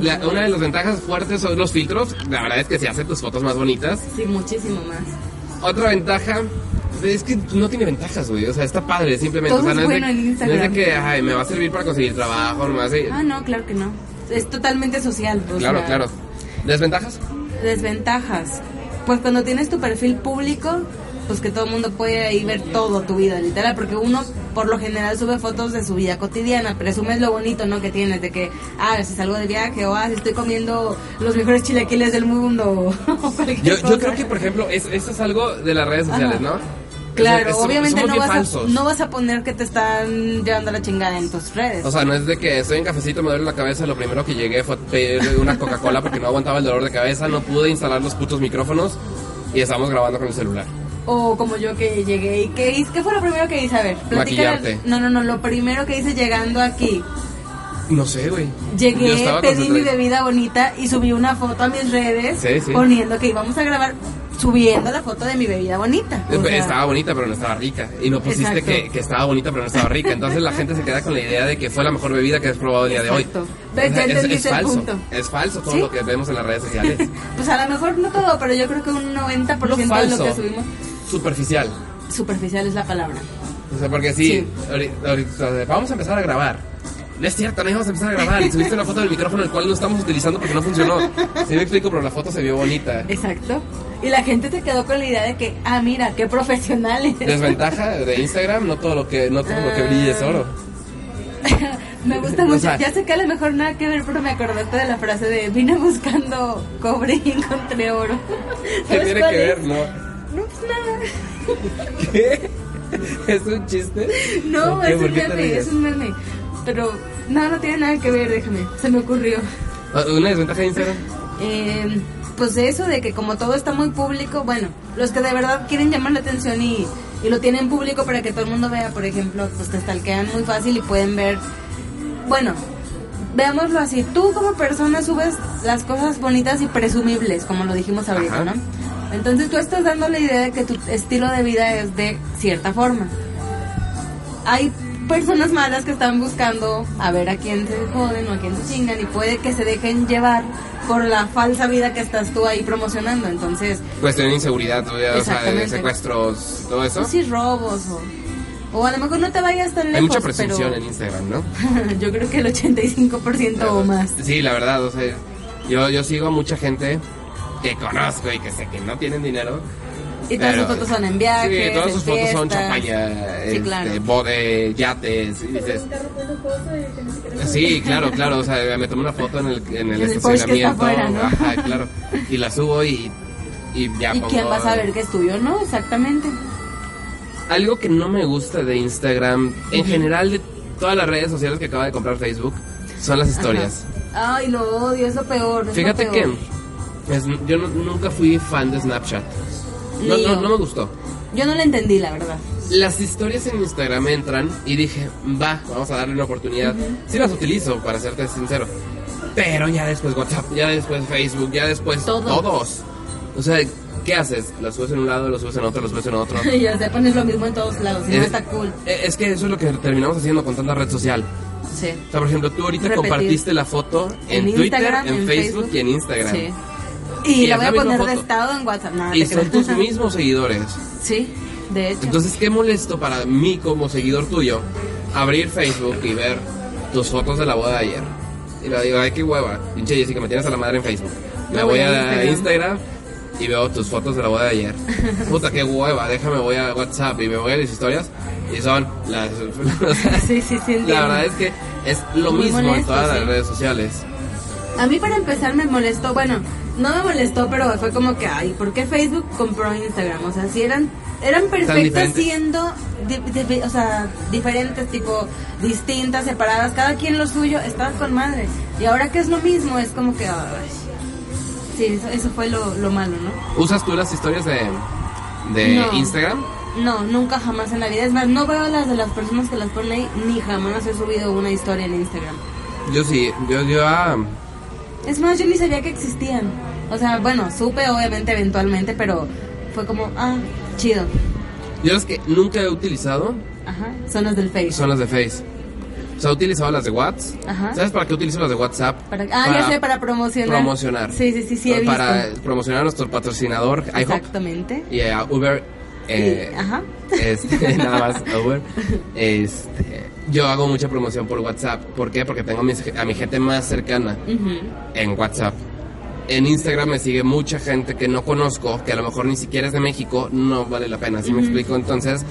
la- una de las ventajas fuertes son los filtros. La verdad es que se hacen tus fotos más bonitas.
Sí, muchísimo más.
Otra ventaja es que no tiene ventajas, güey. O sea, está padre simplemente.
Todo
o
es
sea, no
bueno
de,
en Instagram.
no es de que, ay, me va a servir para conseguir trabajo, no me va a servir.
Ah, no, claro que no. Es totalmente social. o
Claro,
sea,
claro. ¿Desventajas?
Desventajas. Pues cuando tienes tu perfil público, pues que todo el mundo puede ahí ver todo tu vida, literal, porque uno por lo general sube fotos de su vida cotidiana, presumes lo bonito, ¿no? Que tienes, de que, ah, si salgo de viaje, o ah, si estoy comiendo los mejores chilaquiles del mundo, o cualquier
Yo,
cosa.
yo creo que, por ejemplo, es, eso es algo de las redes sociales,
Ajá.
¿no?
Claro,
Es- es-
obviamente
somos
no
bien
vas, a,
falsos.
no vas a poner que te están llevando la chingada en tus redes.
O sea, no es de que estoy en cafecito, me duele la cabeza, lo primero que llegué fue pedir una Coca-Cola porque no aguantaba el dolor de cabeza, no pude instalar los putos micrófonos y estábamos grabando con el celular.
O como yo que llegué y que hice, ¿qué fue lo primero que hice? A ver, platícale-
Maquillarte.
No, no, no, lo primero que hice llegando aquí.
No sé, güey. Yo
Llegué,
estaba
pedí mi
concentrado.
bebida bonita y subí una foto a mis redes
Sí, sí.
poniendo que íbamos a grabar subiendo la foto de mi bebida bonita. O sea,
Eh, pues, Estaba bonita, pero no estaba rica. Y no pusiste
Exacto.
que, que estaba bonita, pero no estaba rica. Entonces la gente se queda con la idea de que fue la mejor bebida que has probado el día de hoy.
Exacto. Ves, ya
Es- es- es,
entendiste el
falso.
punto.
Es falso todo
¿Sí?
lo que vemos en las redes sociales.
pues a lo mejor no todo, pero yo creo que un 90%
Lo
de lo
falso.
que subimos
Superficial.
superficial es la palabra.
O sea, porque sí,
Sí.
ahori- ahorita, de, vamos a empezar a grabar. No es cierto, no íbamos a empezar a grabar. Y subiste una foto del micrófono, el cual no estamos utilizando porque no funcionó. Sí me explico, pero la foto se vio bonita.
Exacto. Y la gente se quedó con la idea de que, ah, mira, qué profesionales.
Desventaja de Instagram, no todo lo que, no todo lo que brille es oro.
me gusta mucho.
O sea-
ya sé que a lo mejor nada que ver, pero me acordaste de la frase de vine buscando cobre y encontré oro.
¿Qué
¿Sabes
tiene
cuál
que
es?
ver? No.
No, pues nada.
¿Qué? ¿Es un chiste?
No,
¿Por qué?
es
¿Por
un
qué te
meme,
ríes?
es un meme. Pero no, no tiene nada que ver, déjame. Se me ocurrió.
¿Una desventaja de Instagram?
Eh, pues de eso, de que como todo está muy público, bueno, los que de verdad quieren llamar la atención y, y lo tienen público para que todo el mundo vea, por ejemplo, pues te stalkean muy fácil y pueden ver. Bueno, veámoslo así. Tú como persona subes las cosas bonitas y presumibles, como lo dijimos ahorita,
Ajá.
¿no? Entonces tú estás dando la idea de que tu estilo de vida es de cierta forma hay personas malas que están buscando a ver a quién se joden o a quién se chingan y puede que se dejen llevar por la falsa vida que estás tú ahí promocionando. Entonces,
Cuestión de inseguridad, o sea, de
Exactamente.
secuestros, todo eso.
pues sí, robos o, o a lo mejor no te vayas tan lejos.
Hay mucha presunción en
pero
Instagram, ¿no?
yo creo que el 85% o más.
Sí, la verdad, o sea, yo, yo sigo a mucha gente que conozco y que sé que no tienen dinero.
Y todas
pero-
sus fotos son en viajes,
Sí, todas sus
en
fotos son
fiestas.
champaña,
Sí,
este,
claro.
bode, yates, y dices... Sí, claro, claro, o sea, eh, me tomé una foto en el, en el
En el Porsche que está
estacionamiento,
afuera, ¿no?
ajá, claro, y la subo y, y ya
¿Y
pongo-
quién va a saber que es tuyo? No, exactamente.
Algo que no me gusta de Instagram, en general de todas las redes sociales que acaba de comprar Facebook, son las historias.
Ajá. Ay, lo odio, es lo peor. es lo
Fíjate que
peor.
es- yo no- nunca fui fan de Snapchat. No,
Ni
no,
yo.
no me gustó.
Yo no lo entendí, la verdad.
Las historias en Instagram entran y dije, va, vamos a darle una oportunidad. Sí las utilizo, para serte sincero. Pero ya después WhatsApp, ya después Facebook, ya después
Todo.
todos. O sea, ¿qué haces? Los subes en un lado, los subes en otro, los subes en otro.
ya sé, pones lo mismo en todos lados. Y no
Eh,
está cool.
eh, Es que eso es lo que terminamos haciendo con tanta red social.
Sí.
O sea, por ejemplo, tú ahorita
Repetir.
compartiste la foto en,
En
Twitter,
Instagram,
en,
en
Facebook,
Facebook.
y en Instagram.
Sí. Ah, Y,
Y
la
es
voy
la
a
misma
poner de
foto.
estado en WhatsApp. Nada,
Y son tus mismos seguidores.
Sí, de hecho.
Entonces, qué molesto para mí como seguidor tuyo abrir Facebook y ver tus fotos de la boda de ayer. Y le digo, ay, qué hueva. Pinche Jessica, me tienes a la madre en Facebook. Me voy a Instagram y veo tus fotos de la boda de ayer. Puta, qué hueva. Déjame, voy a WhatsApp y me voy a las historias. Y son las...
sí, sí, sí.
La
entiendo.
verdad es que es lo
Muy
mismo en
molesto,
todas las
sí.
redes sociales.
A mí para empezar me molestó, bueno, no me molestó, pero fue como que, ay, ¿por qué Facebook compró Instagram? O sea, si eran, eran perfectas
diferentes.
siendo, di- di- o sea, diferentes, tipo, distintas, separadas, cada quien lo suyo, estabas con madre. Y ahora que es lo mismo, es como que, ay, sí, eso, eso fue lo, lo malo, ¿no?
¿Usas tú las historias de, de
No.
Instagram?
No, nunca jamás en la vida. Es más, no veo las de las personas que las ponen ahí, ni jamás he subido una historia en Instagram.
Yo sí, yo, yo ah,
Es más, yo ni sabía que existían. O sea, bueno, supe obviamente eventualmente, pero fue como, ah, chido.
yo las que nunca he utilizado
Ajá, son las del Face.
son las de Face. O sea, he utilizado las de WhatsApp.
Ajá.
¿Sabes para qué utilizo las de WhatsApp?
Para- ah, ya sé, para promocionar.
Promocionar.
Sí, sí, sí, sí, he
Para
visto.
promocionar a nuestro patrocinador, iHop
Exactamente.
y a Uber. eh,
Y- ajá.
Este, nada más, Uber. Este, yo hago mucha promoción por WhatsApp. ¿Por qué? Porque tengo mis- a mi gente más cercana.
Ujú.
en WhatsApp. En Instagram me sigue mucha gente que no conozco, que a lo mejor ni siquiera es de México, no vale la pena, si me explico? Entonces,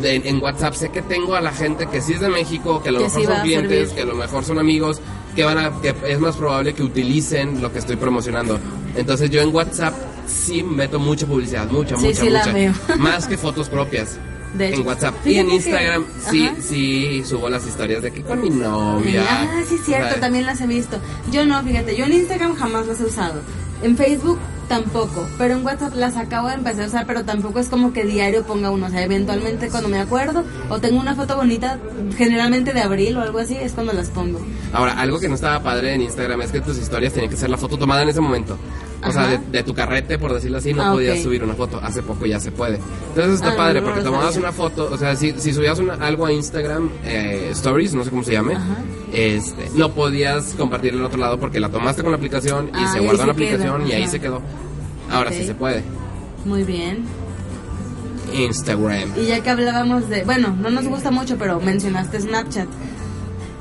de- en WhatsApp sé que tengo a la gente que sí es de México, que a lo
Que
mejor
sí va
son
a
clientes,
servir.
que a lo mejor son amigos, que van a, que es más probable que utilicen lo que estoy promocionando. Entonces yo en WhatsApp sí meto mucha publicidad, mucha,
Sí,
mucha,
sí la
mucha.
veo.
Más que fotos propias.
De hecho.
en WhatsApp y
Fíjate
en
que-
Instagram sí
ajá.
sí subo las historias de que con mi novia
Ah, sí,
Oh, O
cierto,
sea,
también las he visto. Yo no, fíjate, yo en Instagram jamás las he usado. En Facebook tampoco, pero en WhatsApp las acabo de empezar a usar, pero tampoco es como que diario ponga uno. O sea, eventualmente cuando me acuerdo o tengo una foto bonita, generalmente de abril o algo así, es cuando las pongo.
Ahora, algo que no estaba padre en Instagram es que tus historias tenían que ser la foto tomada en ese momento. O sea,
Ajá.
de, de tu carrete, por decirlo así, no
Ah, ok.
podías subir una foto. Hace poco ya se puede. Entonces está
Ah,
padre
no,
porque
no lo
tomabas
sabía.
una foto, o sea, si, si subías una- algo a Instagram, eh, Stories, no sé cómo se llame,
Ajá.
este, no podías compartirlo en otro lado porque la tomaste con la aplicación y
Ah,
se
y ahí
guardó en la
se queda,
aplicación y ahí
ajá.
se quedó. Ahora
Ok.
sí se puede.
Muy bien.
Instagram.
Y ya que hablábamos de, bueno, no nos gusta mucho, pero mencionaste Snapchat.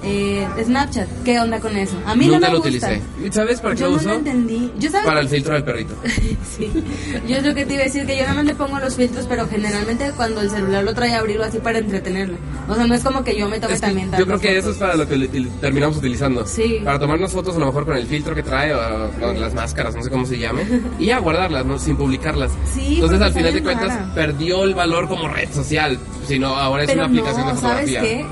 Eh, Snapchat, ¿qué onda con eso? A mí
Nunca
no me
lo
gusta.
utilicé. ¿Y ¿Sabes para qué
Yo
lo
no
uso?
lo entendí. Yo sabes
para el filtro del perrito.
Sí, yo es lo que te iba a decir, que yo nada más le pongo los filtros, pero generalmente cuando el celular lo trae a abrirlo así para entretenerlo. O sea, no es como que yo me tome
Es que
también
yo
tantas
creo que eso
fotos.
es para lo que lo util- terminamos utilizando.
Sí.
Para tomarnos fotos a lo mejor con el filtro que trae o con las máscaras, no sé cómo se llame. Y ya guardarlas, ¿no? sin publicarlas.
Sí,
Entonces
porque
al final de
salen
cuentas
raras.
perdió el valor como red social, sino ahora es
Pero
una aplicación
no,
de fotografía.
¿sabes qué?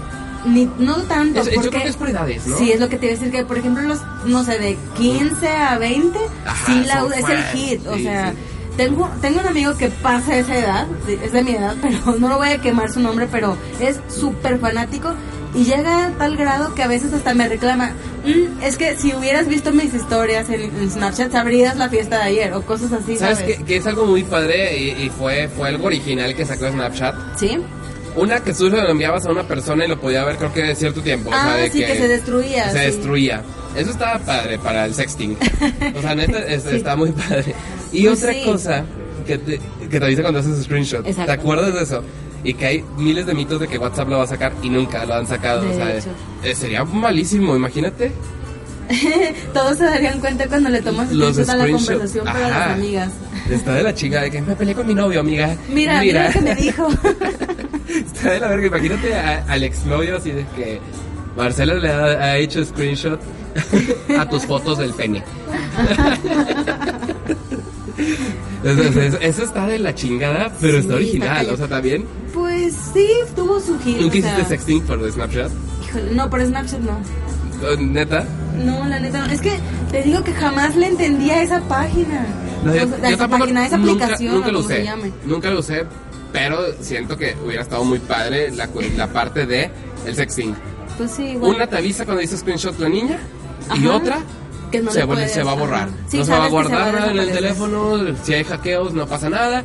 Ni, no tanto,
Es- es- yo
porque...
creo que es por edades, ¿no?
Sí, es lo que te iba a decir, que por ejemplo los, no sé, de 15 a 20,
Ajá,
sí la,
son
es el
fans,
hit, o
sí,
sea...
sí.
Tengo, tengo un amigo que pasa esa edad, sí, es de mi edad, pero no lo voy a quemar su nombre, pero es súper fanático y llega a tal grado que a veces hasta me reclama, "Mm, es que si hubieras visto mis historias en, en Snapchat sabrías la fiesta de ayer o cosas así, ¿sabes?
¿Sabes qué? Que es algo muy padre y, y fue, fue algo original que sacó Snapchat.
Sí.
Una que solo lo enviabas a una persona y lo podía ver creo que de cierto tiempo. o sea,
Ah,
de
sí, que, se destruía.
se
sí.
destruía. Eso estaba padre para el sexting. O sea, neta, es-
Sí.
está muy padre. Y
Pues
otra
sí.
cosa que te, que te avisa cuando haces screenshot. ¿Te
Exacto.
acuerdas de eso? Y que hay miles de mitos de que WhatsApp lo va a sacar y nunca lo han sacado.
De
o sea,
hecho.
eh, sería malísimo, imagínate.
Todos se darían cuenta cuando le tomas
Los
screenshot a la
screenshots.
conversación para
Ajá.
las amigas.
Está de la chinga de que me peleé con mi novio, amiga.
Mira, mira, lo que me dijo.
Está de la verga. Imagínate a- al exnovio así de que Marcelo le ha, ha hecho screenshot a tus fotos del pene. Eso, eso- eso está de la chingada, pero está
Sí,
original.
está
O sea, también.
Pues sí, tuvo su hit.
¿Nunca
o sea,
hiciste sexting por Snapchat? Oh,
híjole, no, por Snapchat no.
Neta.
No, la neta, no. es que te digo que jamás le entendía a esa página.
No,
Pues, O sea,
yo-
a
yo
esa
tampoco-
página, a esa
nunca-
aplicación,
Nunca
o
lo
como se
usé.
llame.
Nunca lo usé, pero siento que hubiera estado muy padre la, cu- la parte de el sexting.
Pues sí, igual.
Una te avisa cuando dice screenshot la niña y
Ajá.
otra
Que no
se,
le
vuelve-
puedes,
se va a borrar.
ajá. Sí,
no se va a
sabes que se va a
guardar en el
desaparecer.
teléfono, si hay hackeos no pasa nada,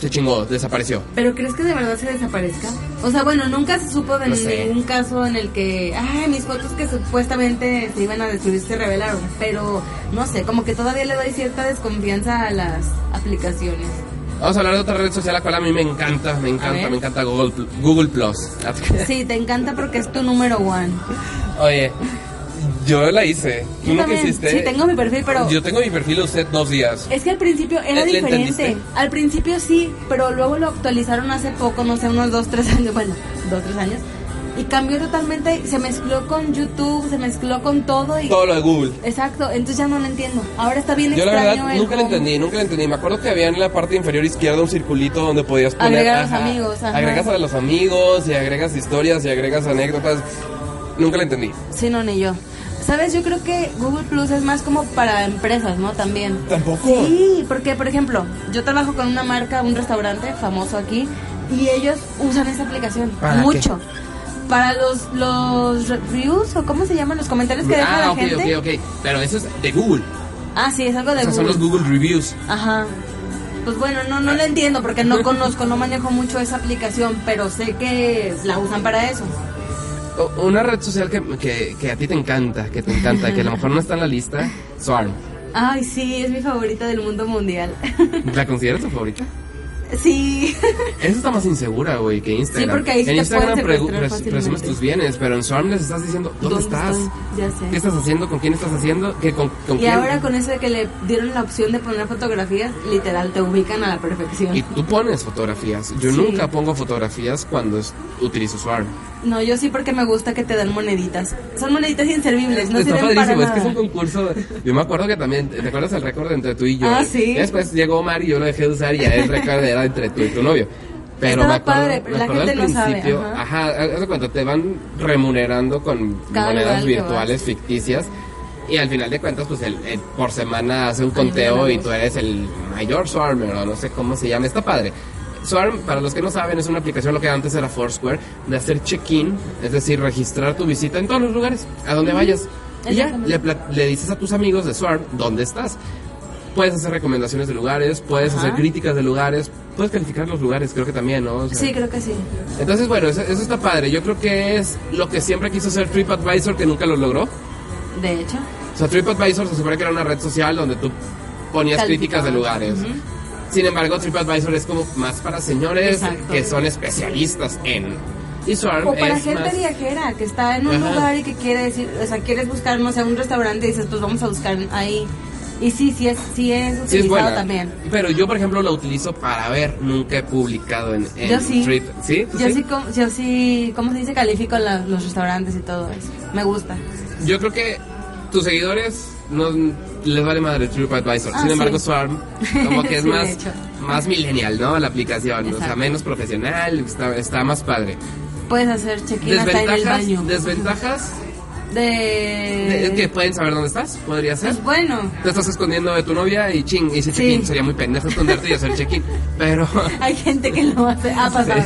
se chingó, desapareció.
¿Pero crees que de verdad se desaparezca? O sea, bueno, nunca se supo de
No sé.
ningún caso en el que, ay, mis fotos que supuestamente se iban a destruir se revelaron. Pero, no sé, como que todavía le doy cierta desconfianza a las aplicaciones.
Vamos a hablar de otra red social, la cual a mí me encanta, me encanta,
ver.
me encanta Google, Pl- Google Plus.
Sí, te encanta porque es tu número one.
Oye, yo la hice. ¿Tú
Yo
no
también,
quisiste?
sí, tengo mi perfil, pero...
Yo tengo mi perfil, lo usé dos días.
Es que al principio era
¿Le- le
diferente.
entendiste?
Al principio sí, pero luego lo actualizaron hace poco, no sé, unos dos, tres años. Bueno, dos, tres años. Y cambió totalmente, se mezcló con YouTube, se mezcló con todo y...
Todo lo de Google.
Exacto, entonces ya no lo entiendo. Ahora está bien
Yo la
extraño
verdad
el
nunca lo
cómo.
entendí, nunca lo entendí. Me acuerdo que había en la parte inferior izquierda un circulito donde podías poner...
Agregar a los amigos, ajá.
Agregas a los amigos y agregas historias y agregas anécdotas. Nunca lo entendí.
Sí, no, ni yo. Sabes, yo creo que Google Plus es más como para empresas, ¿no? También.
¿Tampoco?
Sí, porque, por ejemplo, yo trabajo con una marca, un restaurante famoso aquí, y ellos usan esa aplicación
¿Para qué?
mucho. Para los, los reviews, o cómo se llaman, los comentarios que deja
ah,
la
ok,
gente.
ok, ok. Pero eso es de Google.
Ah, sí, es algo
O
de
sea, son
Google.
los Google Reviews.
Ajá. Pues bueno, no, no lo entiendo porque no conozco, no manejo mucho esa aplicación, pero sé que la usan para eso.
O- Una red social que, que, que a ti te encanta, que te encanta, que a lo mejor no está en la lista, Swarm.
Ay, sí, es mi favorita del mundo mundial.
¿La consideras tu favorita?
sí.
Eso está más insegura, güey, que Instagram.
Sí, porque ahí sí
en
te
Instagram
pueden
pregu-
secuestrar
pres- presumes
fácilmente.
tus bienes, pero en Swarm les estás diciendo dónde, estás,
estoy? Ya
qué
sé.
estás haciendo, con quién estás haciendo, ¿Qué, con, con
Y
quién.
ahora con eso de que le dieron la opción de poner fotografías, literal, te ubican a la perfección.
Y tú pones fotografías. Yo
Sí.
nunca pongo fotografías cuando es- utilizo Swarm.
No, yo sí porque me gusta que te dan moneditas. Son moneditas inservibles, no
Está
sirven para
padrísimo, es que
nada.
es un concurso. Yo me acuerdo que también, ¿te acuerdas el récord entre tú y yo?
Ah, sí.
Y después llegó Omar y yo lo dejé de usar y ya el récord era entre tú y tu novio. Pero
Estaba
me acuerdo,
padre, pero
me
la
acuerdo
gente
al
no sabe,
principio,
ajá.
ajá, haz de cuenta, te van remunerando con
Cada lugar
monedas
al que
virtuales ficticias y al final de cuentas, pues el, el- por semana hace un
Ay,
conteo
mira,
y tú eres el mayor Swarmer o no sé cómo se llama, está padre. Swarm, para los que no saben, es una aplicación, lo que antes era Foursquare, de hacer check-in, es decir, registrar tu visita en todos los lugares, a donde vayas. Y ya,
exactamente.
le, pla- le dices a tus amigos de Swarm dónde estás. Puedes hacer recomendaciones de lugares, puedes
Ajá.
hacer críticas de lugares, puedes calificar los lugares, creo que también, ¿no? O sea,
Sí, creo que sí.
Entonces, bueno, eso, eso está padre. Yo creo que es lo que siempre quiso hacer TripAdvisor, que nunca lo logró.
De hecho.
O sea, TripAdvisor se supone que era una red social donde tú ponías críticas de lugares.
Ujú.
Sin embargo, TripAdvisor es como más para señores
Exacto.
que son especialistas en. Y Swarm
O para
es
gente
más-
viajera que está en un
Ajá.
lugar y que quiere decir, o sea, quieres buscar, no sé, un restaurante y dices, pues vamos a buscar ahí. Y sí, sí es, sí es utilizado
Sí, es buena.
también.
Pero yo, por ejemplo, la utilizo para ver. Nunca he publicado en, en
Yo sí.
Trip. ¿Sí? ¿Tú
Yo
sí?
sí, com- yo sí, ¿cómo se dice? Califico la- los restaurantes y todo eso. Me gusta.
Yo creo que tus seguidores no les vale madre TripAdvisor.
Ah,
Sin embargo,
sí.
Swarm como que es
Sí, de
más,
hecho.
más millennial, ¿no? La aplicación. O sea,
Exacto.
menos profesional. Está, está más padre.
Puedes hacer check-in hasta en el
Desventajas,
baño.
desventajas
De...
de- que pueden saber dónde estás. Podría ser.
Pues bueno,
Te estás escondiendo de tu novia y ching, hice
Sí.
check-in. Sería muy pendejo esconderte y hacer check-in. Pero.
hay gente que lo hace. Ha pasado.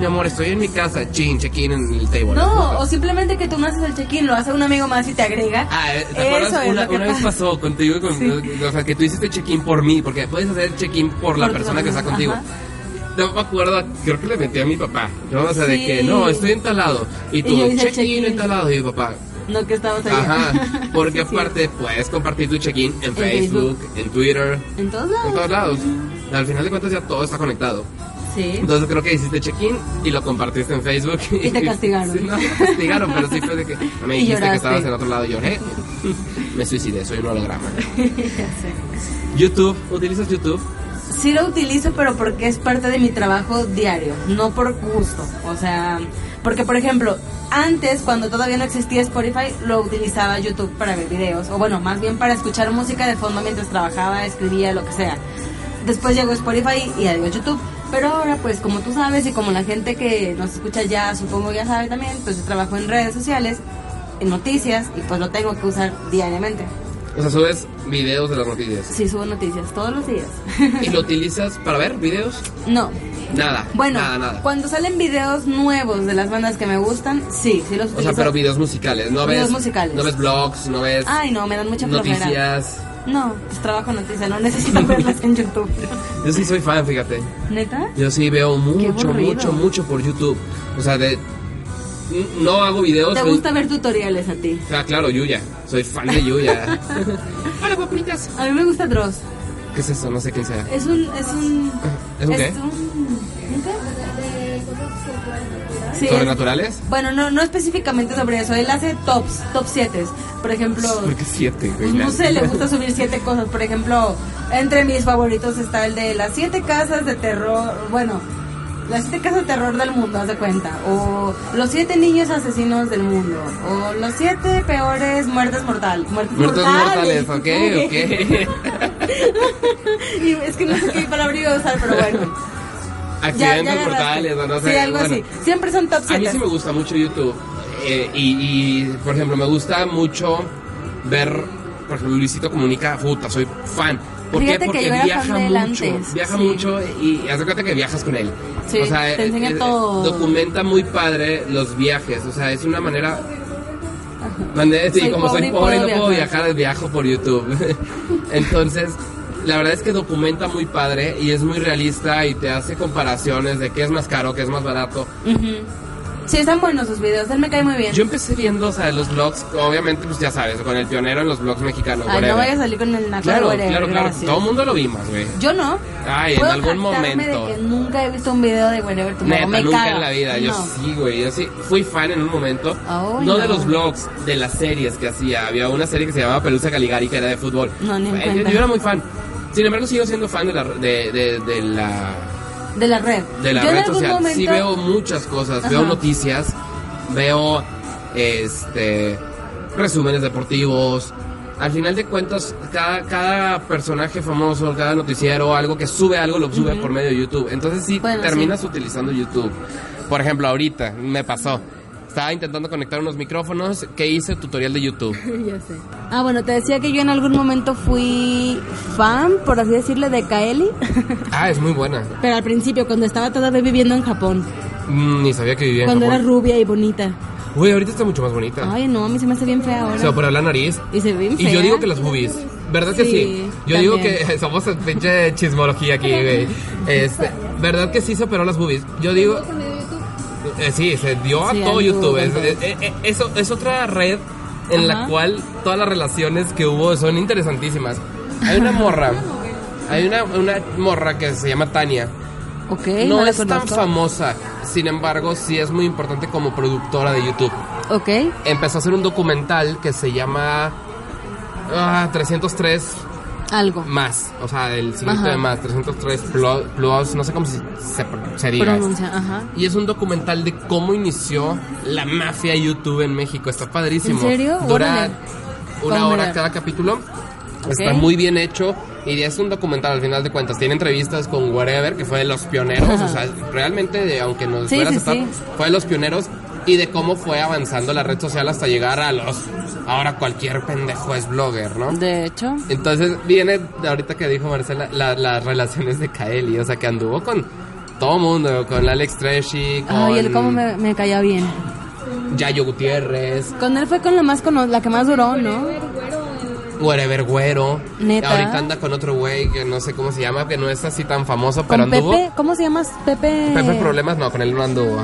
Mi amor, estoy en mi casa. Ching, check-in en el table.
No, o simplemente que tú no haces el check-in, lo hace un amigo más y te agrega.
Ah, ¿te
Eso
acuerdas?
es
Una,
lo que
una vez
pasa.
pasó contigo, y con,
Sí.
o sea, que tú hiciste check-in por mí, porque puedes hacer check-in por la
Por tu
persona que
amigo,
está contigo.
ajá.
No me acuerdo, creo que le metí a mi papá, ¿no? O sea, de
Sí.
que, no, estoy en tal lado. Y
Y
tú,
yo hice
check-in
check-in.
en tal lado, y mi papá.
No que estabas allá.
Ajá, porque
Sí, sí.
aparte puedes compartir tu check-in en,
Facebook.
Facebook, en Twitter,
En todos
en todos
lados.
lados. Al final de cuentas ya todo está conectado.
Sí.
Entonces creo que hiciste check-in y lo compartiste en Facebook.
Y te castigaron.
Sí, no, me castigaron, pero sí fue de que no me
Y
dijiste que
lloraste.
estabas en otro lado y lloré. Me suicidé, soy un holograma.
Ya sé.
YouTube, ¿utilizas YouTube?
Sí lo utilizo, pero porque es parte de mi trabajo diario, no por gusto. O sea, porque por ejemplo, antes cuando todavía no existía Spotify, lo utilizaba YouTube para ver videos, o bueno, más bien para escuchar música de fondo mientras trabajaba, escribía, lo que sea. Después llegó Spotify y adiós YouTube. Pero ahora, pues como tú sabes y como la gente que nos escucha ya, supongo ya sabe también, pues yo trabajo en redes sociales, en noticias, y pues lo tengo que usar diariamente.
O sea, subes videos de las noticias.
Sí, subo noticias todos los días.
¿Y lo utilizas para ver videos?
No,
Nada.
Bueno,
nada, nada.
cuando salen videos nuevos de las bandas que me gustan, sí, sí los
O sea,
utilizo.
pero videos musicales, no
Videos
ves
musicales. Ah,
no ves blogs, no ves
Ay, no, me dan mucha flojera.
noticias.
No, pues trabajo noticias, no necesito verlas en YouTube.
Yo sí soy fan, fíjate.
¿Neta?
Yo sí veo mucho,
aburrido.
mucho, mucho por YouTube. O sea, de no hago videos.
¿Te
soy-
gusta ver tutoriales a ti?
Ah, claro, Yuya. Soy fan de Yuya. Hola, guapitas.
A mí me gusta Dross.
¿Qué es eso? No sé quién sea.
Es un... Es un...
¿Es un qué?
Es un... ¿un qué? Sí, es-
¿Sobrenaturales?
Bueno, no, no específicamente sobre eso. Él hace tops, top 7. Por ejemplo,
¿Por qué siete, güey?
pues, no sé, le gusta subir siete cosas. Por ejemplo, entre mis favoritos está el de las siete casas de terror. Bueno, las siete casas de terror del mundo, haz de cuenta. O los siete niños asesinos del mundo. O los siete peores muertes mortal. Muertes,
Muertos
mortales.
mortales, ok, ok.
Y es que no sé qué palabra iba a usar, pero bueno. Ya- ya
Accidentes
agarraste.
mortales, o no sé.
Sí, algo
bueno.
así. Siempre son top
A mí
7.
sí me gusta mucho YouTube. eh, y, y, por ejemplo, me gusta mucho ver, por ejemplo, Luisito Comunica, puta, soy fan. ¿Por
Fíjate que
qué? Porque
yo era
viaja
fan de él
mucho.
antes,
Viaja
sí.
mucho y haz de cuenta que viajas con él. eh,
Sí, te enseña todo.
Documenta muy padre los viajes. O sea, es una manera. Mande- sí,
Soy
como
pobre
soy
y
pobre y no
puedo
puedo
viajar.
viajar, viajo por YouTube. Entonces, la verdad es que documenta muy padre y es muy realista y te hace comparaciones de qué es más caro, qué es más barato.
Ujú. Sí, están buenos sus videos. Él me cae muy bien.
Yo empecé viendo, o sea, los blogs, obviamente, pues ya sabes, con el pionero en los blogs mexicanos.
Ay,
whatever.
no vaya a salir con el naco
claro,
whatever,
claro, claro.
gracias.
Todo el mundo lo vimos, güey.
Yo no.
Ay, en
Puedo
algún
jactarme de
momento.
que nunca he visto un video de Whenever Tomorrow.
Neta,
me
nunca
caga.
en la vida. Yo
No.
sí, güey. Yo sí fui fan en un momento.
Oh,
no, de
no.
los blogs, de las series que hacía. Había una serie que se llamaba Pelusa Caligari, que era de fútbol.
No, ni en
Eh, yo-
cuenta.
yo, era muy fan. Sin embargo, sigo siendo fan de la. De, de, de la
De la red.
de la
Yo en
red
algún
social.
momento...
Sí veo muchas cosas, veo
Ajá.
noticias, veo este resúmenes deportivos. Al final de cuentas, cada, cada personaje famoso, cada noticiero, algo que sube algo, lo sube por medio de YouTube. Entonces sí,
Bueno,
terminas utilizando YouTube. Por ejemplo, ahorita me pasó. Estaba intentando conectar unos micrófonos que hice tutorial de YouTube.
Ya sé. Ah, bueno, te decía que yo en algún momento fui fan, por así decirle, de Kaeli.
Ah, es muy buena.
Pero al principio, cuando estaba todavía viviendo en Japón.
Mm, Ni sabía que vivía en
cuando era
Japón.
rubia y bonita.
Uy, ahorita está mucho más bonita.
Ay, no, a mí se me hace bien fea ahora.
O sea, por la nariz.
Y se ve bien
Y
fea.
yo digo que las boobies. ¿Verdad que
Sí,
sí? Yo
también.
digo que somos pinche chismología aquí, güey. Este, ¿Verdad que sí se operó las boobies? Yo digo. Eh, sí, se dio a
Sí,
todo
al
YouTube. Es,
YouTube,
eh, eh, eso- es otra red en la
Ajá.
cual todas las relaciones que hubo son interesantísimas. Hay una morra. Hay una, una morra que se llama Tania.
Ok,
no
la
es tan
conozco.
famosa. Sin embargo, sí es muy importante como productora de YouTube
Ok.
empezó a hacer un documental que se llama ah, 303
Algo.
más, o sea, el signo
Ajá.
de más, 303 plus, plus, no sé cómo se, se, se diga.
Pronuncia, ajá.
Y es un documental de cómo inició la mafia YouTube en México. Está padrísimo.
¿En serio?
Dura
Órale.
una
¿Cómo
hora
era?
cada capítulo. Está
Ok.
muy bien hecho. Y es un documental al final de cuentas. Tiene entrevistas con Whatever, que fue de los pioneros. o sea, realmente, de- aunque nos
Sí,
fuera a
sí,
aceptar,
sí.
fue de los pioneros. Y de cómo fue avanzando la red social hasta llegar a los. Ahora cualquier pendejo es blogger, ¿no?
De hecho.
Entonces viene, ahorita que dijo Marcela, la- las relaciones de Kaeli, o sea, que anduvo con todo mundo, con Alex Treshi, con
Ay, él cómo me, me caía bien.
Yayo Gutiérrez,
Con él fue con la más cono- la que más duró, ¿no?
Wherever Güero.
Neta.
Ahorita anda con otro güey que no sé cómo se llama, que no es así tan famoso, pero
Con
anduvo.
Pepe, ¿cómo se llamas? Pepe.
Pepe Problemas, no, con él no anduvo.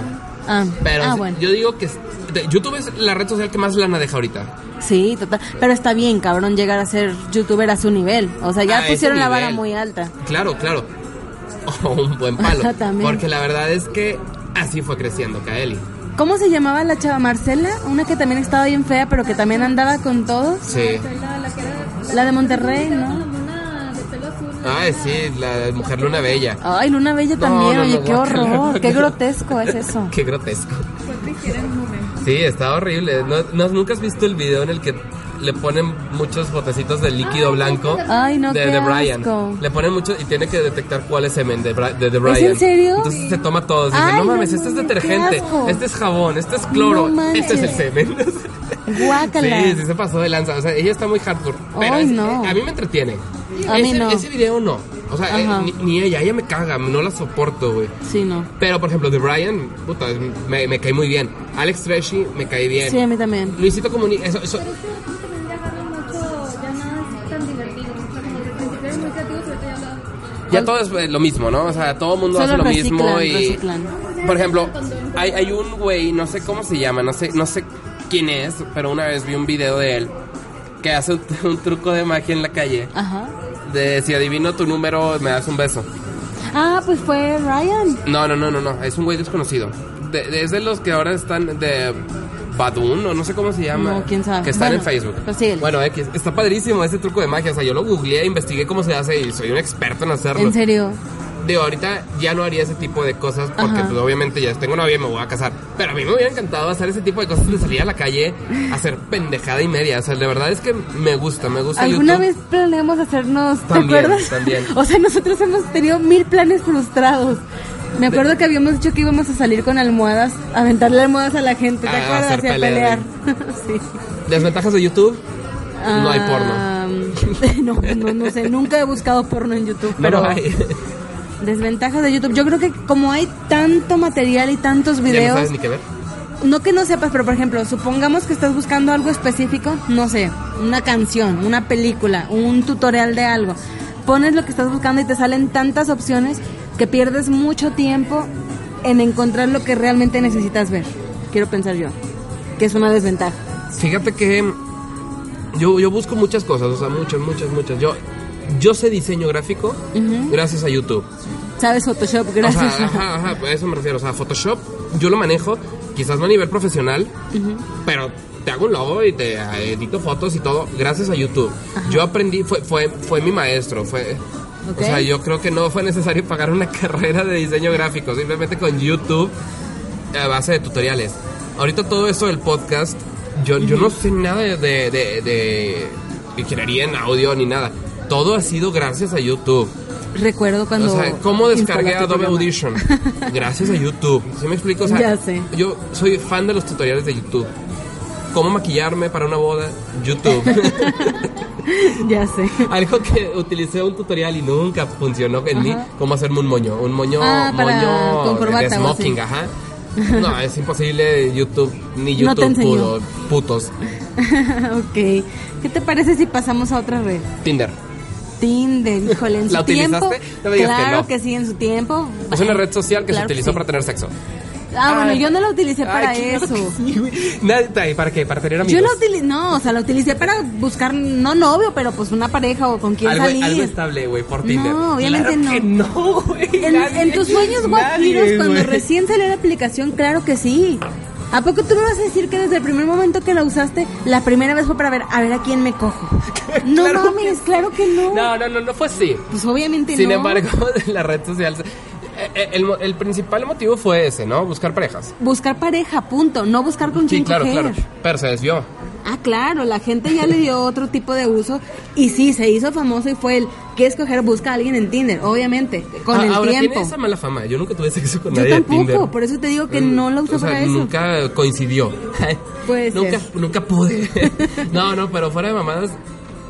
Ah,
Pero
ah,
sí,
bueno.
yo digo que es- de- YouTube es la red social que más lana deja ahorita.
Sí, total. Pero está bien, cabrón, llegar a ser youtuber a su nivel. O sea, ya
A ese
pusieron la vara
nivel.
muy alta.
Claro, claro. O un buen palo.
También.
Porque la verdad es que así fue creciendo Kaeli.
¿Cómo se llamaba la chava Marcela? Una que también estaba bien fea, pero que también andaba con todos.
Sí.
La de Monterrey, ¿no?
Ay, sí, la mujer luna bella.
Ay, Luna Bella
No,
también,
no, no,
oye, qué
guácala,
horror, qué
guácala.
grotesco es eso.
Qué grotesco. Sí, está horrible. ¿No, no- nunca has visto el video en el que le ponen muchos botecitos de líquido blanco
Ay, no,
de,
qué
de Brian?
asco.
Le ponen muchos y tiene que detectar cuál es semen de, Bri- de, de Brian.
en serio?
Entonces se toma todos. Dice,
Ay,
no
no
mames, este es
mames, qué
detergente,
asco.
este es jabón, este es cloro,
No
este es el
manches.
semen.
Guácala.
Sí, sí se pasó de lanza. O sea, ella está muy hardcore. Pero
Ay,
es-
no.
a mí me entretiene.
A mí
ese,
no.
ese video no. O sea, eh,
Ajá.
ni, ni ella, ella me caga, no la soporto, güey.
Sí, no.
Pero, por ejemplo, de Brian, puta, me, me caí muy bien. Alex Treshy, me caí bien.
Sí, a mí también.
Luisito Comunica, eso, eso-
Pero es que ahorita también ya agarran mucho, ya nada es tan divertido. O sea, como que al principio era muy creativo, pero ahorita ya lo-
ya todo es eh, lo mismo, ¿no? O sea, todo el mundo
Solo
hace lo
reciclan,
mismo y...
reciclan.
Por ejemplo, hay, hay un güey, no sé cómo se llama, no sé, no sé quién es, pero una vez vi un video de él que hace un, un truco de magia en la calle.
Ajá.
De si adivino tu número, me das un beso.
Ah, pues fue Ryan.
No, no, no, no, no. Es un güey desconocido. De, de- es de los que ahora están de Badun o no sé cómo se llama.
No, quién sabe.
Que están
Bueno,
en Facebook.
pues síguelo.
Bueno, X. Está padrísimo ese truco de magia. O sea, yo lo googleé, investigué cómo se hace y soy un experto en hacerlo.
En serio.
Digo, ahorita ya no haría ese tipo de cosas porque
Ajá.
pues, obviamente ya tengo novia y me voy a casar. Pero a mí me hubiera encantado hacer ese tipo de cosas de salir a la calle, hacer pendejada y media. O sea, la verdad es que me gusta, me gusta
¿Alguna
YouTube.
vez planeamos hacernos, ¿te
También,
acuerdas?
también.
O sea, nosotros hemos tenido mil planes frustrados. Me acuerdo que habíamos dicho que íbamos a salir con almohadas, a aventarle almohadas a la gente, ¿te
Ah,
acuerdas?
hacer
Y a
pelea,
pelear. sí.
Desventajas de YouTube, no hay porno.
Ah, No, no, no sé, nunca he buscado porno en YouTube,
No
pero
lo hay.
desventajas de YouTube. Yo creo que como hay tanto material y tantos
Ya no
videos,
sabes ni qué ver.
no que no sepas, pero por ejemplo, supongamos que estás buscando algo específico, no sé, una canción, una película, un tutorial de algo. Pones lo que estás buscando y te salen tantas opciones que pierdes mucho tiempo en encontrar lo que realmente necesitas ver. Quiero pensar yo, que es una desventaja.
Fíjate que yo, yo busco muchas cosas, o sea, muchas, muchas, muchas. Yo, yo sé diseño gráfico
Ujú.
gracias a YouTube.
¿Sabes Photoshop? Gracias.
O sea, ajá, ajá, a eso me refiero. O sea, Photoshop yo lo manejo, quizás no a nivel profesional, pero te hago un logo y te eh, edito fotos y todo gracias a YouTube. Yo aprendí, fue, fue, fue mi maestro, fue...
Ok.
O sea, yo creo que no fue necesario pagar una carrera de diseño gráfico, simplemente con YouTube a base de tutoriales. Ahorita todo esto del podcast, yo, yo no sé nada de, de- de- de ingeniería en audio ni nada. Todo ha sido gracias a YouTube.
Recuerdo cuando.
O sea, ¿cómo
instalaste
descargué
el
Adobe
programa.
Audition? Gracias a YouTube. ¿Sí me explico? O sea,
Ya sé.
yo soy fan de los tutoriales de YouTube. ¿Cómo maquillarme para una boda? YouTube.
ya sé.
Algo que utilicé un tutorial y nunca funcionó en mí, cómo hacerme un moño. Un moño,
Ah, para-
moño
con
de
corbata o así.
smoking, ajá. No, es imposible YouTube, ni
No te
YouTube
enseñó.
pudo. Putos.
ok. ¿Qué te parece si pasamos a otra red?
Tinder.
Tinder, híjole, en
¿La
su tiempo.
utilizaste? No me digas que
claro
no.
sí, en su tiempo.
Es una red social que
Claro
se utilizó
sí.
para tener sexo.
Ah, bueno,
Ay.
yo no la utilicé para
Ay, claro
eso.
que sí, güey. Nada, ¿y ¿Para qué? Para tener amigos.
Yo la utilicé, no, o sea, la utilicé para buscar, no novio, pero pues una pareja o con quién
algo,
salir.
algo estable, güey, por Tinder.
No, obviamente
Claro
no.
que no, güey.
En,
nadie,
en tus sueños
nadie,
guajiros, cuando
güey.
recién salió la aplicación, claro que sí. ¿A poco tú me vas a decir que desde el primer momento que la usaste, la primera vez fue para ver a ver a quién me cojo? No
Claro que
mames, claro que no.
No, no, no, no fue así.
Pues obviamente
Sin
no.
embargo, la red social. eh, eh, El, mo- el principal motivo fue ese, ¿no? Buscar parejas.
Buscar pareja, punto. No buscar con
Sí,
quién
claro,
coger.
claro. Pero se desvió.
Ah, claro, la gente ya le dio otro tipo de uso y sí, se hizo famoso y fue el que escoger busca a alguien en Tinder, obviamente, con
Ah,
el
ahora
tiempo.
tiene esa mala fama. Yo nunca tuve sexo con
Yo
nadie de
tampoco,
Tinder.
por eso te digo que no la usé
o sea,
para eso. Pues,
Nunca coincidió.
Puede ser.
nunca, nunca pude. no, no, pero fuera de mamadas,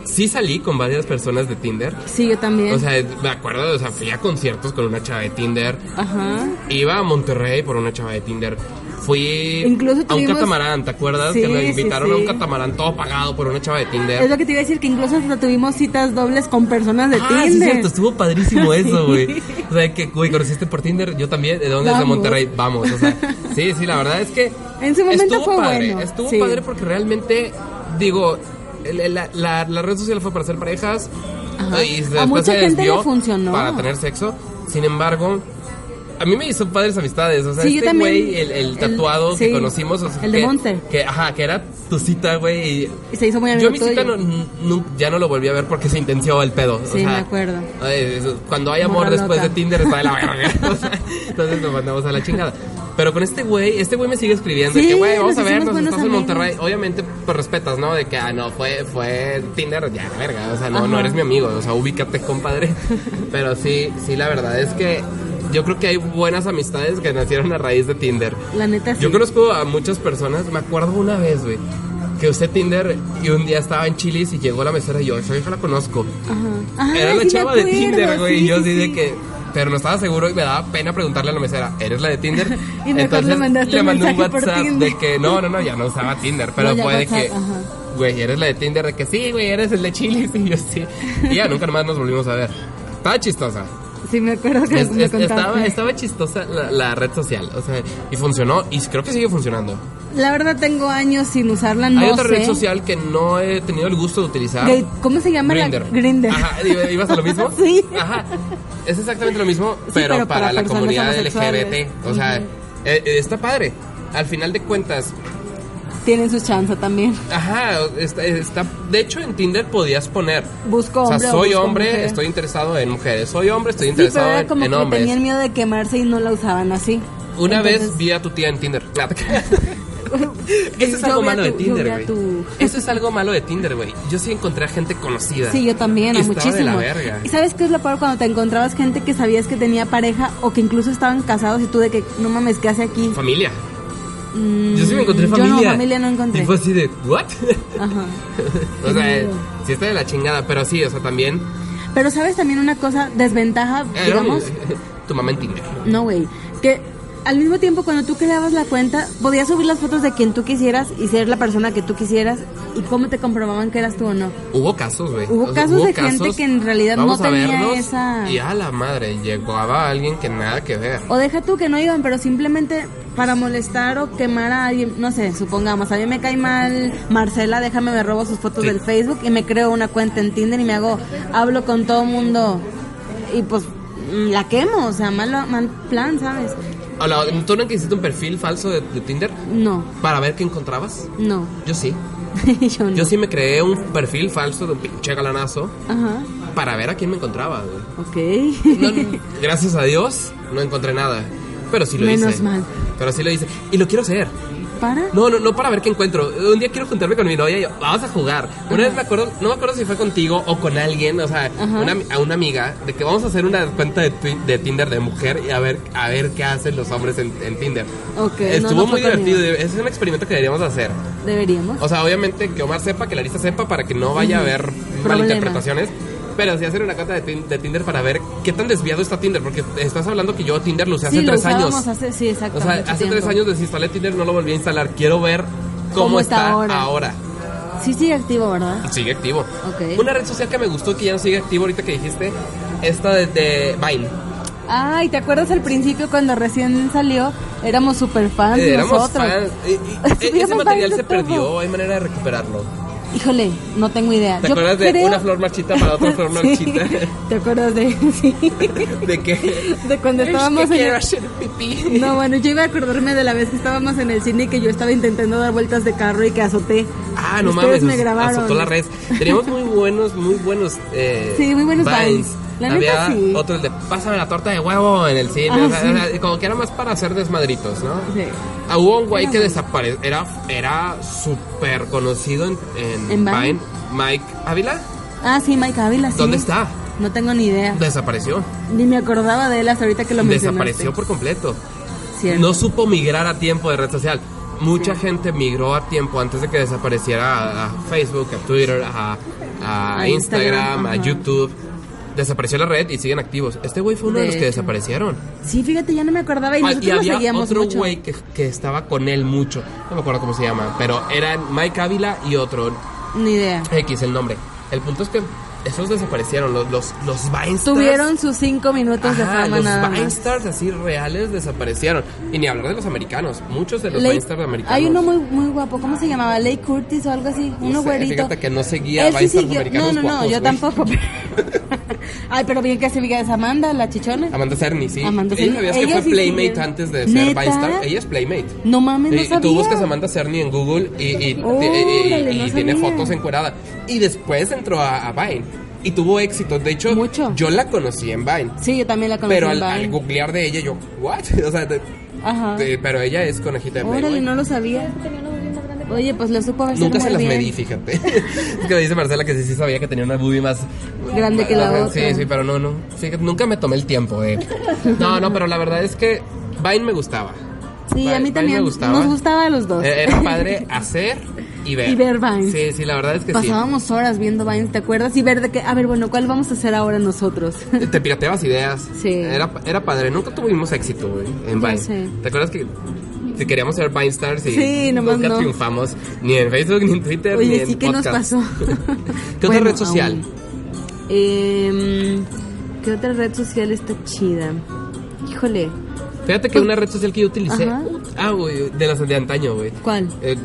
sí salí con varias personas de Tinder.
Sí, yo también.
O sea, me acuerdo, o sea, fui a conciertos con una chava de Tinder.
Ajá.
Iba a Monterrey por una chava de Tinder. Fui
Incluso
a un
tuvimos-
catamarán, ¿te acuerdas?
Sí,
que me
sí,
invitaron a
sí.
un catamarán todo pagado por una chava de
Es
Tinder.
lo que te iba a decir, que incluso hasta tuvimos citas dobles con personas de
Ah, sí,
Tinder.
cierto, estuvo padrísimo eso, güey. O sea, que, güey, conociste por Tinder, yo también, ¿de dónde es de
Vamos.
Monterrey? Vamos, o sea, sí, sí, la verdad es que.
En su momento
estuvo
fue
padre,
bueno,
Estuvo
sí.
padre porque realmente, digo, el- la, la- la red social fue para hacer parejas
Ajá.
y
A
después
mucha
se
gente le
desvió
funcionó.
para tener sexo. Sin embargo. A mí me hizo padres amistades, o sea,
Sí, yo
este
también.
güey, el, el
El-
tatuado que
sí.
conocimos, o sea,
El de
que-
Monster.
que, ajá, que era tu cita, güey, y
Y se hizo muy
yo
amigo
mi cita
tuyo.
no- nu- ya no lo volví a ver porque se intenció el pedo.
Sí, me acuerdo.
eh, es- Cuando hay amor
Morra
después
loca.
de Tinder está de la verga. O sea, entonces nos mandamos a la chingada. Pero con este güey, este güey me sigue escribiendo. de
Sí,
que, güey, vamos
nos
a
hicimos
vernos,
buenos
estás en
amigos.
Monterrey. Obviamente, pues respetas, ¿no? De que, ah, no, fue, fue Tinder, ya, la verga. O sea, no, no
Ajá.
eres mi amigo. O sea, ubícate, compadre. Pero sí, sí, la verdad es que yo creo que hay buenas amistades que nacieron a raíz de Tinder.
La neta sí.
Yo conozco a muchas personas, me acuerdo una vez, güey, que usé Tinder y un día estaba en Chilis y llegó la mesera y yo, esa vieja la conozco.
Ah,
Ajá.
Era
Ay,
la
sí me
chava de
acuerdo,
Tinder, güey.
sí,
y yo
sí,
así de
sí.
que. Pero no estaba seguro y me daba pena preguntarle a la mesera, ¿eres la de Tinder?
Y mejor le mandaste
le
un
mandé un
mensaje por
WhatsApp
Tinder.
de que no, no, no, ya no usaba Tinder, pero
No, ya
fue de
WhatsApp,
que,
ajá.
güey, ¿eres la de Tinder? De que sí, güey, eres el de Chilis. Y yo sí. Y ya nunca más nos volvimos a ver. Estaba chistosa.
Sí, me acuerdo que
Es-
me
es-
contaste.
estaba, estaba chistosa la, la red social. O sea, y funcionó y creo que sigue funcionando.
La verdad tengo años sin usarla, no
Hay otra
sé.
red social que no he tenido el gusto de utilizar.
Gay- ¿Cómo se llama?
Grinder.
La... Grinder.
Ajá, ¿i- ¿ibas a lo mismo?
sí.
Ajá. Es exactamente lo mismo, pero,
pero
para,
para
la
personas
comunidad
homosexuales.
LGBT. O sea, eh, eh, está padre. Al final de cuentas,
Tienen su chance también.
ajá, está, está- De hecho, en Tinder podías poner.
Busco
o sea,
hombre. o
soy
busco
hombre,
mujer.
estoy interesado en mujeres. Soy hombre, estoy
Sí, pero
interesado
era
en-
como
en
que
hombres.
tenían miedo de quemarse y no la usaban así.
Una
Entonces-
vez vi a tu tía en Tinder. Nah, te creas. Eso es
Yo
algo
vi a
malo de
tu- yo
Tinder,
vi a
güey.
tu-
Eso es algo malo de Tinder, güey. Yo sí encontré a gente conocida.
Sí, yo también,
Y
a
estaba
muchísimo.
de la verga.
¿Y sabes qué es lo peor cuando te encontrabas gente que sabías que tenía pareja o que incluso estaban casados y tú de que no mames, ¿qué hace aquí?
Familia.
Mm,
Yo sí me encontré familia.
Yo no, familia no encontré.
Y fue así de, ¿what?
Ajá.
o sea,
miedo.
sí está de la chingada, pero sí, o sea, también.
Pero sabes también una cosa, desventaja,
eh,
digamos.
no, tu mamá en Tinder.
No, güey. Que al mismo tiempo cuando tú creabas la cuenta, podías subir las fotos de quien tú quisieras y ser la persona que tú quisieras y cómo te comprobaban que eras tú o no.
Hubo casos, güey.
Hubo casos de gente que en realidad no
vamos a
tenía
verlos,
esa-
Y a la madre, llegaba alguien que nada que ver.
O deja tú que no iban, pero simplemente para molestar o quemar a alguien, no sé, supongamos, a mí me cae mal Marcela, déjame me robo sus fotos
Sí.
del Facebook y me creo una cuenta en Tinder y me hago, hablo con todo mundo y pues mm, la quemo, o sea, malo, mal plan, ¿sabes?
Hola, ¿Tú no hiciste un perfil falso de, de Tinder
No,
para ver qué encontrabas?
no,
Yo sí.
yo no.
Yo sí me creé un perfil falso de un pinche galanazo
Ajá,
para ver a quién me encontraba, güey.
ok.
No, no, gracias a Dios no encontré nada. Pero sí lo
Menos
hice.
mal.
Pero sí lo hice. Y lo quiero hacer.
¿Para?
No, no, no para ver qué encuentro. Un día quiero juntarme con mi novia y vamos a jugar. Una vez me acuerdo, no me acuerdo si fue contigo o con alguien, o sea, una, a una amiga, de que vamos a hacer una cuenta de, Twi- de Tinder de mujer y a ver, a ver qué hacen los hombres en, en Tinder.
Ok, no,
Estuvo
no fue
muy
conmigo.
divertido. Es un experimento que deberíamos hacer.
Deberíamos.
O sea, obviamente que Omar sepa, que Larisa sepa, para que no vaya a haber malinterpretaciones. Pero sí hacer una cuenta de, Tin- de Tinder para ver qué tan desviado está Tinder, porque estás hablando que yo Tinder lo usé hace
sí, lo
tres
usábamos
años.
hace, sí, exacto.
o sea,
mucho
hace tres
tiempo.
años desinstalé Tinder, no lo volví a instalar. Quiero ver cómo,
¿Cómo está
está, ahora.
ahora? Sí sigue activo, ¿verdad?
Sigue activo.
Ok.
Una red social que me gustó que ya no sigue activo ahorita que dijiste, esta de, de Vine.
Ay, ¿te acuerdas al principio cuando recién salió? Éramos super fans
Eh, éramos
Ah, nosotros.
fans. Eh, eh, eh,
Subíamos
ese material
Vine de
se
todo.
perdió, hay manera de recuperarlo.
Híjole, no tengo idea.
¿Te
Yo
acuerdas de
creo-
una flor marchita para otra flor
Sí.
marchita?
¿Te acuerdas de sí.
de que
de cuando estábamos en el... No, bueno, yo iba a acordarme de la vez que estábamos en el cine y que yo estaba intentando dar vueltas de carro y que azoté.
Ah, no
Ustedes
mames,
me
as-
grabaron.
azotó la red. Teníamos muy buenos, muy buenos. Eh,
Sí, muy buenos vines. La neta,
Había
sí.
otro el de pásame la torta de huevo en el cine.
Ah,
o sea,
sí.
era- como que era más para hacer desmadritos, ¿no?
Sí.
Ah, hubo un güey que desapareció. Era, era súper conocido en, en,
¿En Vine?
Vine. Mike Ávila.
Ah, sí, Mike Ávila, sí.
¿Dónde está?
No tengo ni idea.
Desapareció.
Ni me acordaba de él hasta ahorita que lo mencionaste.
Desapareció por completo.
Cierto.
No supo migrar a tiempo de red social. Mucha gente migró a tiempo antes de que desapareciera a, a Facebook, a Twitter, a, a
A
Instagram,
Instagram,
a
ajá.
YouTube. Desapareció la red y siguen activos. Este güey fue uno de,
De
los que
hecho.
desaparecieron.
Sí, fíjate, ya no me acordaba y
Ah,
nosotros
y
lo
había
seguíamos
otro
mucho.
güey que, que estaba con él mucho. No me acuerdo cómo se llama, pero eran Mike Ávila y otro
Ni idea.
X el nombre. El punto es que esos desaparecieron, los, los, los Vinestars.
Tuvieron sus cinco minutos de
Ajá,
fama
los
nada más.
Vinestars así reales desaparecieron. Y ni hablar de los americanos. Muchos de los
Lake-
Vinestars americanos.
hay uno muy muy guapo, ¿cómo se llamaba? Lake Curtis o algo así,
No
uno
sé,
güerito.
fíjate que no seguía
Él sí
Vinestars
siguió.
americanos
No, no, no,
guapos,
yo
güey.
tampoco. Ay, pero bien que se diga esa Amanda, la chichona.
Amanda Cerny, sí.
Amanda
Ella
Cerny.
sabías
Ella
que fue
sí
Playmate
siguió.
antes de ser
¿Neta?
Vinestar. Ella es Playmate.
No mames, no
Y- y
sabía.
tú buscas a Amanda Cerny en Google y, y- y- y-
Órale,
y
no
tiene
sabía.
fotos encuerada. Y después entró a, a Vine. Y tuvo éxito. De hecho,
Mucho.
yo la conocí en Vine.
Sí, yo también la conocí.
Pero al,
en
al
Vine.
googlear de ella, yo, ¿what? O sea, de-
Ajá.
de- pero ella es conejita de
Órale,
Playboy.
no lo sabía. Oye, pues lo supo haber
Nunca
sido
se las
muy bien.
medí, fíjate. es que me dice Marcela que sí, sí sabía que tenía una boobie más
Grande que la
Ajá, Sí,
otra.
sí, pero no, no. Sí, nunca me tomé el tiempo, eh. No, no, pero la verdad es que Vine me gustaba.
Sí,
Vine-
a mí
Vine
también.
me gustaba.
Nos gustaba a los dos.
Eh, Era padre hacer y ver.
Y ver Vines.
Sí, sí, la verdad es que
Pasábamos horas viendo Vines, ¿te acuerdas? Y ver de que, a ver, bueno, ¿cuál vamos a hacer ahora nosotros?
sí. Te pirateabas ideas.
Sí.
Era, era padre. Nunca tuvimos éxito güey, en
Ya
Vine.
sé.
¿Te acuerdas que si queríamos ser Vine Stars y
Sí, nomás
nunca
no.
triunfamos ni en Facebook, ni en Twitter, ni
Oye,
en
sí, ¿qué nos
podcast?
pasó?
¿Qué otra
Bueno,
red social?
aún. Em, ¿Qué otra red social está chida? Híjole,
Fíjate que una red social que yo utilicé.
Ajá.
Ah, güey, de las de antaño, güey.
¿cuál?
Eh,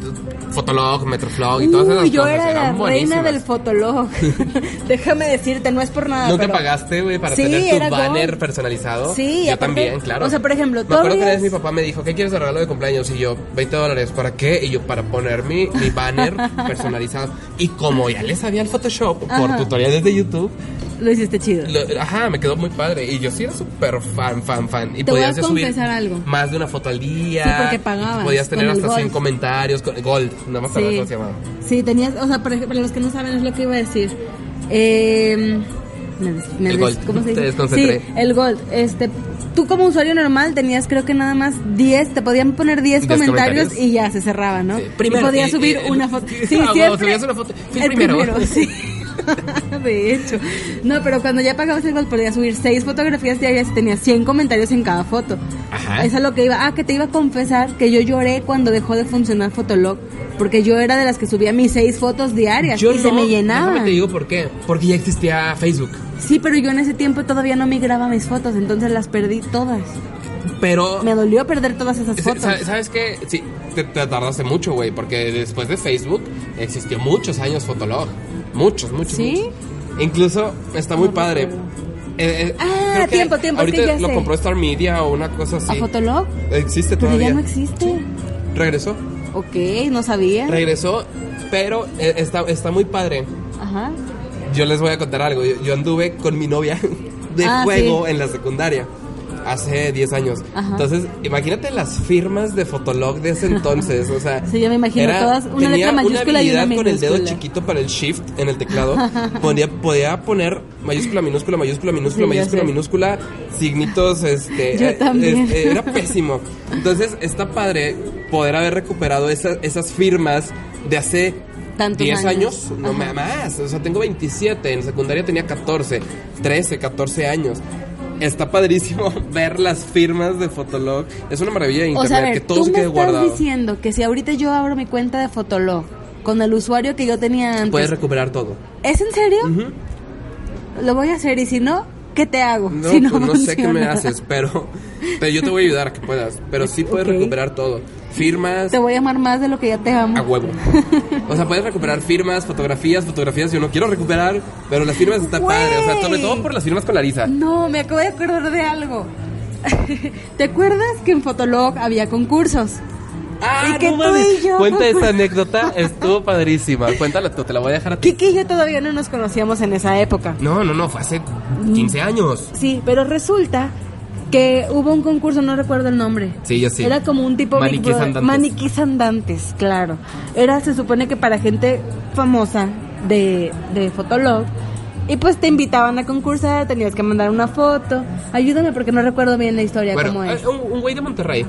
Fotolog, Metroflog y todas esas
Uy, yo
cosas.
era la
eran buenísimas.
reina del fotolog. Déjame decirte, no es por nada.
¿No te
ah, pero-
pagaste, güey, para
Sí,
tener
era
tu banner
Gold.
personalizado?
Sí,
Yo
aparte-
también, claro.
o sea, por ejemplo,
Me acuerdo que una
todavía
vez mi
es-
papá me dijo, ¿qué quieres de regalo de cumpleaños? Y yo, 20 dólares, ¿para qué? Y yo, para poner mi, mi banner personalizado. Y como ya le sabía el Photoshop por
Ajá.
tutoriales de YouTube,
Lo hiciste chido.
lo- ajá, me quedó muy padre. Y yo sí era súper fan, fan, fan. Y
Te voy
podías
a
ya subir
confesar algo.
más de una foto al día.
Sí, porque pagabas
Podías tener
con el
hasta 100
Gold.
comentarios. Con, gold, nada más sabes cómo se llamaba.
Sí, tenías, o sea, por ejemplo, para los que no saben es lo que iba a decir. Eh, me des- me
El
des-
Gold.
¿Cómo se
Te
dice?
desconcentré.
Sí, el gold. Este, tú como usuario normal tenías creo que nada más 10, te podían poner 10
10
comentarios,
comentarios.
y ya se cerraba, ¿no?
Sí. Primero,
y podías
y-
subir
y-
una foto.
y-
Sí,
ah, bueno,
siempre.
subías una foto. Fui el
el
primero.
primero. sí. De hecho, no, pero cuando ya pagabas el gold podías subir 6 fotografías diarias y tenías 100 comentarios en cada foto.
Ajá.
Eso es lo que iba. Ah, que te iba a confesar que yo lloré cuando dejó de funcionar Fotolog. Porque yo era de las que subía mis seis fotos diarias y se
no,
me
Déjame
llenaban.
te digo por qué. Porque ya existía Facebook.
Sí, pero yo en ese tiempo todavía no migraba mis fotos, entonces las perdí todas.
Pero.
Me dolió perder todas esas
sa-
fotos.
sa- ¿Sabes qué? Sí, te, te tardaste mucho, güey. Porque después de Facebook existió muchos años Fotolog. Muchos, muchos.
¿Sí?
muchos. Incluso está muy padre. Eh, eh,
Ah,
creo que
tiempo, tiempo, es
Ahorita
que ya
lo
sé.
compró Star Media o una cosa así.
¿A Fotolog?
Existe
Pero
todavía.
ya no existe.
Regresó.
Ok, no sabía.
Regresó, pero eh, está, está muy padre.
Ajá.
Yo les voy a contar algo. Yo, yo anduve con mi novia de
Ah,
juego en la secundaria hace 10 años.
Ajá.
Entonces, imagínate las firmas de Fotolog de ese entonces. O sea,
Sí, ya me imagino todas, una
tenía
letra mayúscula y una
habilidad con el dedo
minúscula.
chiquito para el shift en el teclado. Ponía- podía poner mayúscula, minúscula, mayúscula, minúscula,
Sí, ya
mayúscula,
sé.
minúscula, signitos. Este,
Yo
eh,
también.
este, era pésimo. Entonces, está padre poder haber recuperado esa- esas firmas de hace
Tantos
10 años,
años.
no
Ajá.
más. O sea, tengo 27, en secundaria tenía 14, 13, 14 años. Está padrísimo ver las firmas de Fotolog. Es una maravilla de
O
internet
sea, a
que
ver,
todo
tú
se
me
quede
estás
guardado.
diciendo que si ahorita yo abro mi cuenta de Fotolog con el usuario que yo tenía antes.
Puedes recuperar todo.
¿Es en serio?
Ujú.
Lo voy a hacer y si no, ¿qué te hago?
No,
si
pues no sé qué me
funciona.
haces, pero, pero yo te voy a ayudar a que puedas. Pero sí puedes
Ok.
recuperar todo. Firmas,
Te voy a amar más de lo que ya te amo.
a huevo. O sea, puedes recuperar firmas, fotografías, fotografías. Yo no quiero recuperar, pero las firmas están
Güey.
padres. O sea, sobre todo por las firmas con Larisa.
No, me acabo de acordar de algo. ¿Te acuerdas que en Fotolog había concursos?
Ah,
Y que
no
tú
mames.
y yo-
Cuenta esta anécdota, estuvo padrísima. Cuéntala tú, te la voy a dejar a ti.
Kiki y yo todavía no nos conocíamos en esa época.
No, no, no, fue hace 15 años.
Sí, pero resulta que hubo un concurso, no recuerdo el nombre.
Sí, yo sí.
Era como un tipo Big
Maniquís
Brother-
andantes.
maniquís andantes, claro. Era se supone que para gente famosa de de Fotolog y pues te invitaban a concursar, tenías que mandar una foto. Ayúdame porque no recuerdo bien la historia
Bueno,
cómo es.
eh, un un güey de Monterrey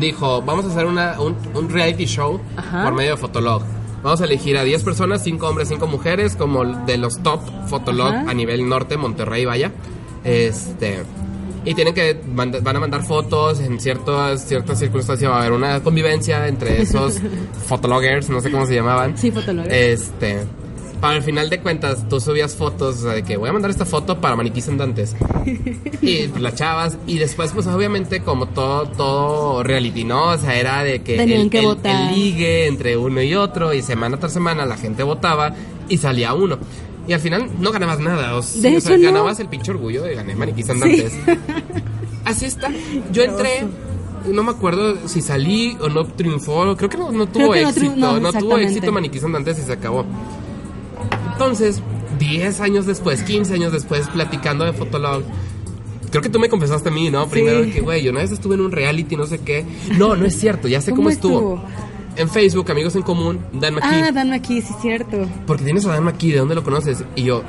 dijo, vamos a hacer una, un, un reality show
Ajá.
por medio de Fotolog. Vamos a elegir a 10 personas, 5 hombres, 5 mujeres, como de los top Fotolog
Ajá.
a nivel norte, Monterrey, vaya. Este... Y tienen que mand- van a mandar fotos en ciertas ciertas circunstancias va a haber una convivencia entre esos fotologers, no sé cómo se llamaban.
Sí, Fotolog.
Este. Para el final de cuentas, tú subías fotos o sea, de que voy a mandar esta foto para maniquís andantes. y pues, las chavas. Y después, pues obviamente, como todo, todo reality, ¿no? O sea, era de que,
Tenían
el,
que
el-
votar.
el ligue entre uno y otro. Y semana tras semana la gente votaba y salía uno. Y al final no ganabas nada. O sí,
De
o sea,
hecho, no.
ganabas el pinche orgullo de gané maniquís andantes. Así está. Yo entré. No me acuerdo si salí o no triunfó. Creo que no, no
Creo
tuvo
que no
éxito.
triun- no,
no tuvo
exactamente.
éxito Maniquís Andantes y se acabó. Entonces, 10 años después, 15 años después, platicando de Fotolog. Creo que tú me confesaste a mí, ¿no? Primero que, güey, yo una vez estuve en un reality, no sé qué. No, no es cierto, ya sé cómo,
¿Cómo
estuvo? En Facebook, Amigos en Común, Dan McKee.
Ah, dame aquí, sí cierto.
Porque tienes a Dan McKee, ¿de dónde lo conoces? Y yo,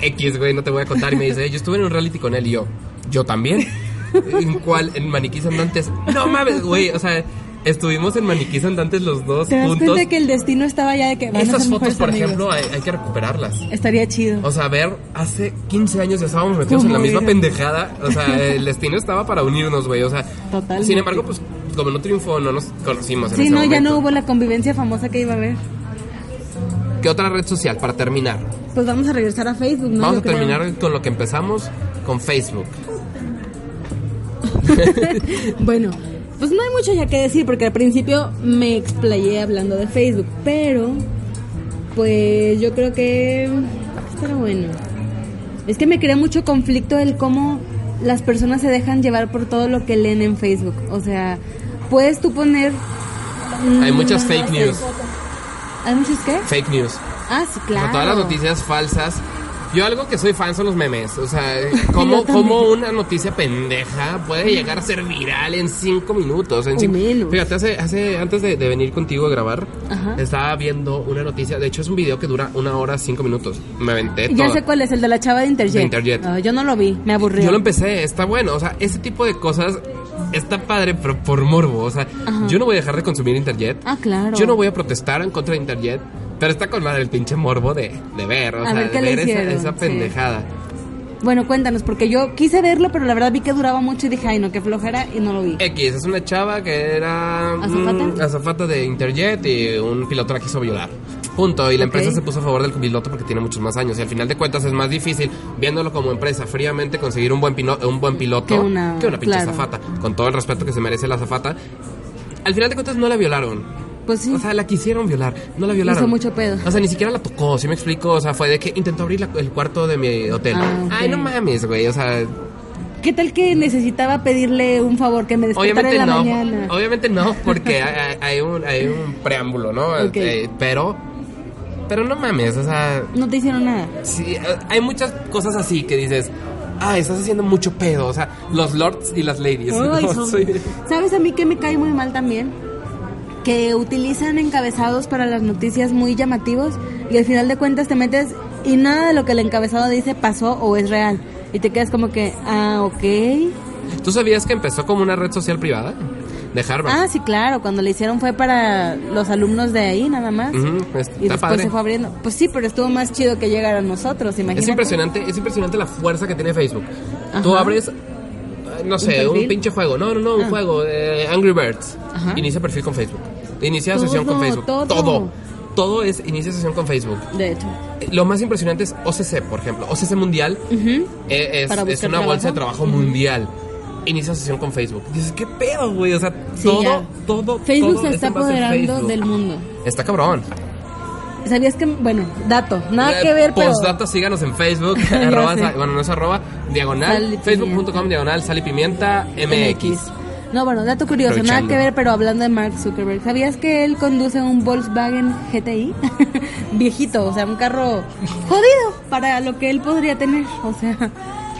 X, güey, no te voy a contar. Y me dice, yo estuve en un reality con él. Y yo, yo también. ¿En cuál? En Maniquís Andantes. No mames, güey, o sea, Estuvimos en maniquís andantes los dos
¿Te das
juntos.
cuenta que el destino estaba ya de que van a
Estas
ser
fotos,
mejores
por
amigos?
ejemplo, oh, hay, hay que recuperarlas.
Estaría chido.
O sea, a ver, hace 15 años ya estábamos metidos en la
¿Cómo
misma
era?
pendejada. O sea, el destino estaba para unirnos, güey. O sea,
Totalmente.
sin embargo, pues como no triunfó, no nos conocimos. En
sí,
ese
no, ya
momento.
no hubo la convivencia famosa que iba a haber.
¿Qué otra red social para terminar?
Pues vamos a regresar a Facebook, ¿no?
Vamos
Yo
a
creo.
terminar con lo que empezamos, con Facebook.
Bueno, pues no hay mucho ya que decir porque al principio me explayé hablando de Facebook, pero pues yo creo que estará bueno. Es que me crea mucho conflicto el cómo las personas se dejan llevar por todo lo que leen en Facebook. O sea, puedes tú poner... mm,
Hay muchas fake news.
¿Hay muchos qué?
Fake news.
Ah, sí,
O sea,
claro.
todas las noticias falsas. Yo algo que soy fan son los memes. O sea,
Yo
¿cómo,
también.
cómo una noticia pendeja puede llegar a ser viral en cinco minutos? En
O
cinco-
menos.
Fíjate, hace, hace, antes de, de venir contigo a grabar,
Ajá.
estaba viendo una noticia. De hecho, es un video que dura una hora, cinco minutos. Me aventé
Ya
toda.
sé cuál es, el de la chava de Interjet.
De Interjet.
Ah, yo no lo vi, me aburrió.
Yo lo empecé, está bueno. O sea, ese tipo de cosas está padre, pero por morbo. O sea, yo no voy a dejar de consumir Interjet.
Ah, claro.
Yo no voy a protestar en contra de Interjet. Pero está con madre el pinche morbo de, de ver, o
A
sea,
ver qué
de
le
ver esa,
hicieron,
esa
sí.
pendejada.
Bueno, cuéntanos, porque yo quise verlo, pero la verdad vi que duraba mucho y dije, ay, no, qué flojera, y no lo vi.
X es una chava que era
¿Azafata?
mm, azafata de Interjet y un piloto la quiso violar. Punto. Y la
Ok.
empresa se puso a favor del piloto porque tiene muchos más años. Y al final de cuentas es más difícil, viéndolo como empresa fríamente, conseguir un buen, pino- un buen piloto
Que una-
pinche
claro.
azafata. Con todo el respeto que se merece la azafata. Al final de cuentas no la violaron.
Pues sí.
O sea, la quisieron violar, no la violaron.
Hizo mucho pedo.
O sea, ni siquiera la tocó, ¿sí me explico? O sea, fue de que intentó abrir la- el cuarto de mi hotel.
Ah, ok.
Ay, no mames, güey. O sea,
¿Qué tal que necesitaba pedirle un favor que me despertara
obviamente
en la
no.
mañana?
Obviamente no, porque hay, hay- hay un, hay un preámbulo, ¿no?
Ok.
Eh, pero, pero no mames, o sea,
No te hicieron nada.
sí, eh, hay muchas cosas así que dices, ah, estás haciendo mucho pedo. O sea, los lords y las ladies.
Ay,
¿no?
son-
Sí.
¿Sabes a mí que me cae muy mal también? Que utilizan encabezados para las noticias muy llamativos y al final de cuentas te metes y nada de lo que el encabezado dice pasó o es real. Y te quedas como que, ah, ok.
¿Tú sabías que empezó como una red social privada de Harvard?
Ah, sí, claro, cuando le hicieron fue para los alumnos de ahí nada más.
Ujú, pues,
Y
está
después
padre.
se fue abriendo. Pues sí, pero estuvo más chido que llegar a nosotros, imagínate.
Es impresionante, es impresionante la fuerza que tiene Facebook.
Ajá.
Tú abres, eh, no sé, un,
perfil?
pinche juego. No, no, no, un
Ah.
juego. eh, Angry Birds.
Ajá.
Inicia perfil con Facebook. Inicia
Todo,
sesión con Facebook.
todo.
Todo. Todo es inicia sesión con Facebook.
De hecho.
Eh, Lo más impresionante es OCC, por ejemplo. OCC Mundial
Ujú.
eh, es,
Para
es
buscar
una bolsa de
trabajo.
trabajo mundial. Inicia sesión con Facebook. Dices, ¿qué pedo, güey? O sea,
Sí,
todo,
ya.
todo,
Facebook
todo
se
es
está
en base a
apoderando
Facebook.
del mundo.
Está cabrón.
¿Sabías que, bueno, dato, nada
Eh,
que ver, pero...
Postdata, síganos en Facebook.
Ya
arroba
sé.
sa- bueno, no es arroba,
Sal y
diagonal, facebook.com, diagonal, sal y pimienta, MX.
No, bueno, dato curioso, nada
Aprovechando.
que ver, pero hablando de Mark Zuckerberg, ¿sabías que él conduce un Volkswagen GTI? Viejito, o sea, un carro jodido para lo que él podría tener, o sea...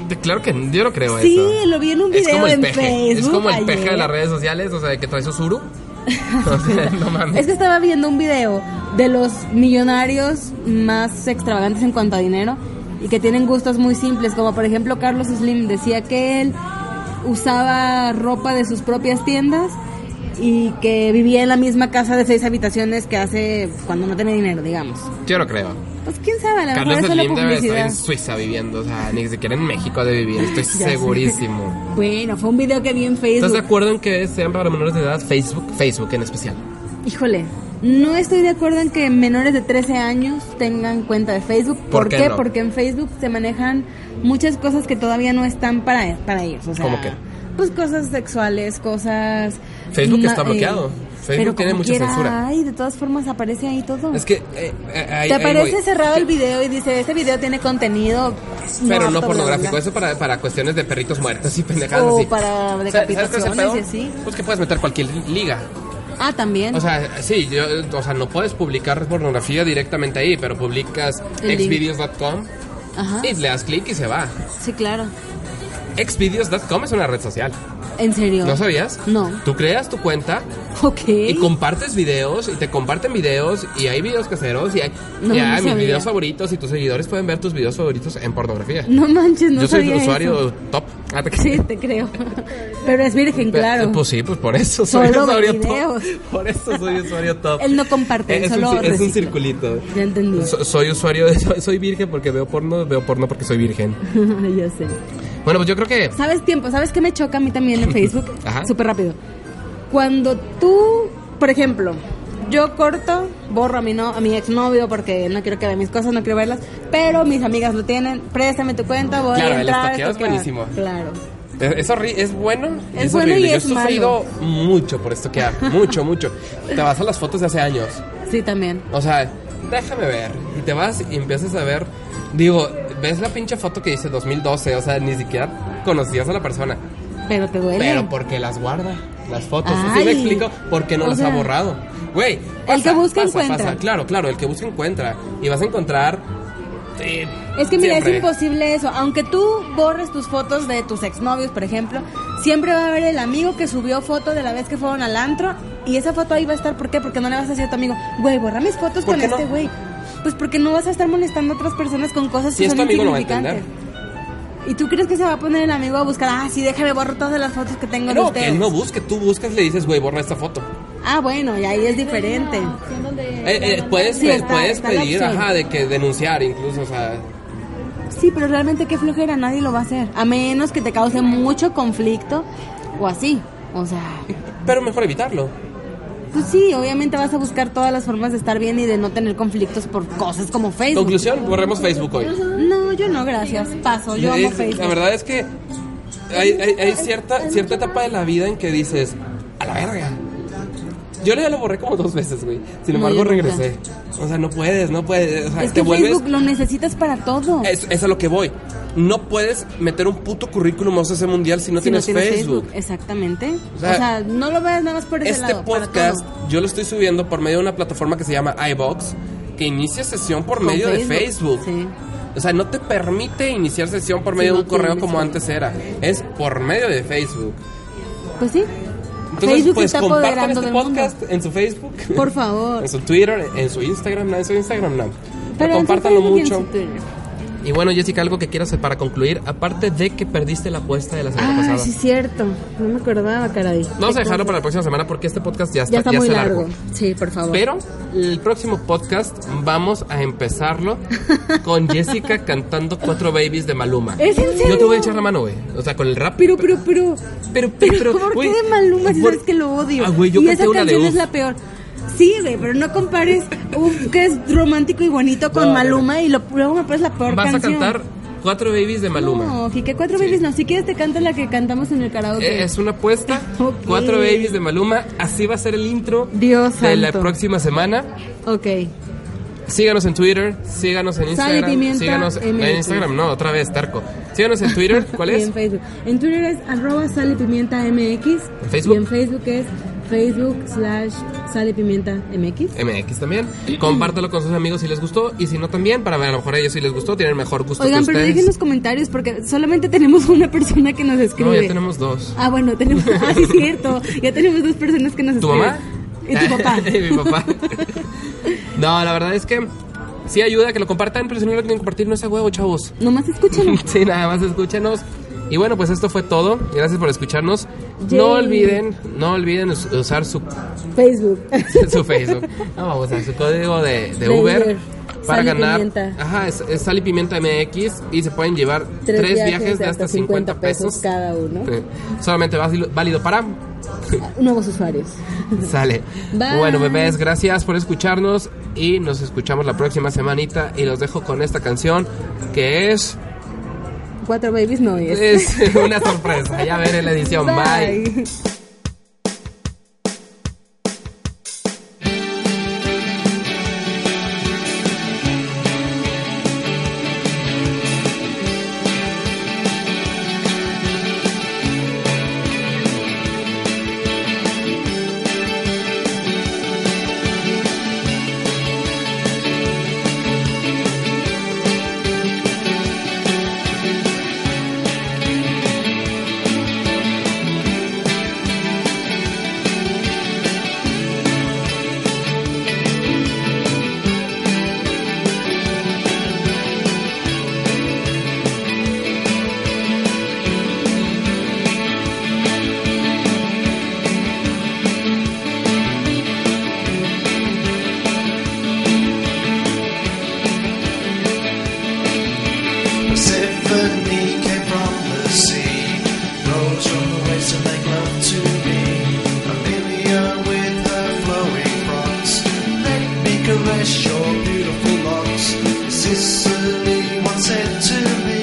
De- Claro que yo no creo
Sí,
eso.
lo vi en un
es
video
como el
en
peje. Es
Facebook
como el peje
ayer.
de las redes sociales, o sea, que trae su suru. O sea, no mames.
Es que estaba viendo un video de los millonarios más extravagantes en cuanto a dinero y que tienen gustos muy simples, como por ejemplo Carlos Slim decía que él usaba ropa de sus propias tiendas y que vivía en la misma casa de seis habitaciones que hace cuando no tiene dinero, digamos.
Yo no creo.
Pues quién sabe, a lo mejor
Carlos
es solo
Slim debe estar
publicidad.
en Suiza viviendo, o sea, ni siquiera en México de vivir, estoy
sé.
segurísimo.
Bueno, fue un video que vi en
¿Estás de
Facebook.
acuerdo en que sean para menores de edad Facebook? Facebook en especial.
Híjole, no estoy de acuerdo en que menores de 13 años tengan cuenta de Facebook. ¿Por,
¿Por
qué?
qué no?
Porque en Facebook se manejan muchas cosas que todavía no están para, para ellos. O sea,
¿Cómo qué?
Pues cosas sexuales, cosas...
Facebook
ma-
está
eh,
bloqueado. Facebook
pero
tiene
como
mucha
quiera,
censura.
Ay, de todas formas aparece ahí todo.
Es que... eh, eh, ahí-
Te
ahí
aparece
voy.
cerrado el video y dice, este video tiene contenido... apto, bla, bla,
Pero no
bla".
pornográfico, eso para, para cuestiones de perritos muertos y pendejadas
O
así.
para
¿Sabes- sabes cuál es el
decapitaciones
pedo?
y así.
Pues que puedes meter cualquier li- liga.
Ah, también.
O sea, sí, yo, o sea, no puedes publicar pornografía directamente ahí, pero publicas
El link.
xvideos.com
Ajá.
y le das clic y se va.
Sí, claro.
Xvideos.com es una red social.
¿En serio?
¿No sabías?
No.
Tú creas tu cuenta
Ok.
y compartes videos y te comparten videos y hay videos caseros y hay
No,
y
no
hay mis
sabía.
videos favoritos y tus seguidores pueden ver tus videos favoritos en pornografía.
No manches, no
Yo soy
sabía
el usuario
eso.
top. Ah, te-
Sí, te creo. Pero es virgen,
Pe-
claro.
Pues sí, pues por eso soy
Solo
usuario
videos.
top. Por eso soy usuario top.
Él no comparte, él
es,
solo
un, ci- es un
recicla.
circulito.
Ya entendí.
So- soy usuario de, soy, soy virgen porque veo porno, veo porno porque soy virgen.
ya sé.
Bueno, pues yo creo que
¿Sabes tiempo? ¿Sabes qué me choca a mí también en Facebook?
Ajá.
Súper rápido. Cuando tú, por ejemplo, yo corto, borro a mi, no, a mi exnovio porque no quiero que vea mis cosas, no quiero verlas, pero mis amigas lo tienen, préstame tu cuenta, voy
Claro,
a
el
entrar. a
estoqueo es
estoquear.
buenísimo.
Claro.
es, es horri- es bueno. y
Es bueno
horrible.
y es
yo he sufrido mucho por esto que hago. Mucho, mucho. Te vas a las fotos de hace años.
Sí, también.
O sea, déjame ver. Y te vas y empiezas a ver. Digo, ves la pinche foto que dice 2012. O sea, ni siquiera conocías a la persona.
Pero te duele.
Pero porque las guarda, las fotos. ¿Sí me
Ay.
explico? Porque no
O
las
sea,
ha borrado. Güey.
el que busca
pasa,
encuentra.
pasa. Claro, claro, el que busca encuentra. Y vas a encontrar. eh,
Es que mira,
siempre.
es imposible eso. Aunque tú borres tus fotos de tus exnovios, por ejemplo, siempre va a haber el amigo que subió foto de la vez que fueron al antro y esa foto ahí va a estar. ¿Por qué? Porque no le vas a decir a tu amigo, güey, borra mis fotos
¿Por
con
qué no?
este güey. Pues porque no vas a estar molestando a otras personas con cosas
Si
que
es
son
tu amigo, lo va a
insignificantes. ¿Y tú crees que se va a poner el amigo a buscar? Ah, sí, déjame borro todas las fotos que tengo de
No, que
ustedes.
él no busque, tú buscas, le dices, güey, borra esta foto.
Ah, bueno, y ahí es diferente.
Eh, eh, puedes
Sí, está-
puedes
está la
pedir,
opción.
ajá, de que denunciar incluso, o sea,
Sí, pero realmente qué flojera, nadie lo va a hacer. A menos que te cause mucho conflicto o así. O sea,
pero mejor evitarlo.
Pues sí, obviamente vas a buscar todas las formas de estar bien y de no tener conflictos por cosas como Facebook.
Conclusión, borremos Facebook hoy.
No, yo no, gracias. Paso, yo amo
Es-
Facebook.
la verdad es que hay, hay- hay cierta, cierta etapa de la vida en que dices, a la verga. Yo ya lo borré como dos veces, güey. Sin
No,
embargo,
yo nunca.
regresé. O sea, no puedes, no puedes. O sea,
es que
te vuelves.
Facebook lo necesitas para todo.
Es, es a lo que voy. No puedes meter un puto currículum a ese mundial si no
Si no
tienes Facebook.
Exactamente. O
O
sea,
sea,
no lo veas nada más por ese
Este
lado. para
podcast
todo.
yo lo estoy subiendo por medio de una plataforma que se llama iBox, que inicia sesión por medio de
Facebook,
Facebook.
sí.
O sea, no te permite iniciar sesión por medio
no
de un correo
tienes
como
Facebook.
antes era. Es por medio de Facebook.
Pues sí.
Entonces,
Facebook
pues
se está
compartan
apoderando
este
del
podcast
mundo.
en su Facebook.
Por favor.
En su Twitter, en su Instagram, no, en su Instagram no.
Pero en
Pero
su
compártanlo
Facebook y en
mucho.
su Twitter.
Y bueno, Jessica, algo que quieras para concluir, aparte de que perdiste la apuesta de la semana
Ah,
pasada.
sí, cierto. No me acordaba, caray.
Vamos a dejarlo para la próxima semana porque este podcast ya está,
Ya está
ya
muy
se
largo.
largó.
Sí, por favor.
Pero el próximo podcast vamos a empezarlo con Jessica cantando Cuatro Babies de Maluma.
¿Es en serio?
Yo te voy a echar la mano, güey. O sea, con el rap.
Pero, pero, pero.
pero,
Pero, ¿por
güey,
qué de Maluma si
por-
sabes que lo odio?
Ah, güey, yo
y
canté
esa
una de
canción
Uf.
es la peor. Sí, güey, pero no compares Uf, que es romántico y bonito con
No, no,
Maluma y lo, luego me pones la peor
Vas a
canción.
cantar Cuatro Babies de Maluma.
No, que cuatro babies no. Si quieres te canto la que cantamos en el
Eh,
karaoke.
Es una apuesta.
Ok.
Cuatro babies de Maluma. Así va a ser el intro
Dios
de la
santo.
próxima semana.
Ok.
Síganos en Twitter, síganos en
Sal y
Instagram.
pimienta
Síganos en
MX.
Instagram, no, otra vez, Tarco. Síganos en Twitter, ¿cuál
Y
es?
en Facebook. En Twitter es arroba sal y pimienta MX.
¿En Facebook?
Y en Facebook es Facebook slash sal y pimienta MX.
MX también. Compártelo con sus amigos si les gustó y si no también, para ver, a lo mejor a ellos si les gustó, tienen mejor gusto
Oigan,
que
pero
ustedes.
dejen los comentarios porque solamente tenemos una persona que nos escribe.
no, ya tenemos dos.
Ah, bueno, tenemos. Ah, sí, es cierto. Ya tenemos dos personas que nos
¿Tu
escriben.
mamá?
Y tu papá.
Y mi papá. No, la verdad es que sí ayuda que lo compartan, pero si no lo quieren compartir, no es a huevo, chavos.
Nomás escúchalo.
Sí, nada más escúchanos. Y bueno, pues esto fue todo. Gracias por escucharnos.
Yay.
No olviden, no olviden us- usar su,
Facebook.
su Facebook. No, o sea, su código de,
De
de Uber,
Uber.
para
Sal y
ganar.
pimienta.
Ajá, es, es sal y pimienta MX y se pueden llevar tres, viajes, de hasta 50 pesos.
cada uno.
Eh, Solamente válido válido para
Nuevos usuarios.
sale.
Bye.
Bueno, bebés, gracias por escucharnos y nos escuchamos la próxima semanita y los dejo con esta canción que es
Cuatro babies no es.
es una sorpresa. Ya veré la edición. Bye.
Bye.
to be Amelia with her flowing locks. Let me caress your beautiful locks. Sicily once said to me,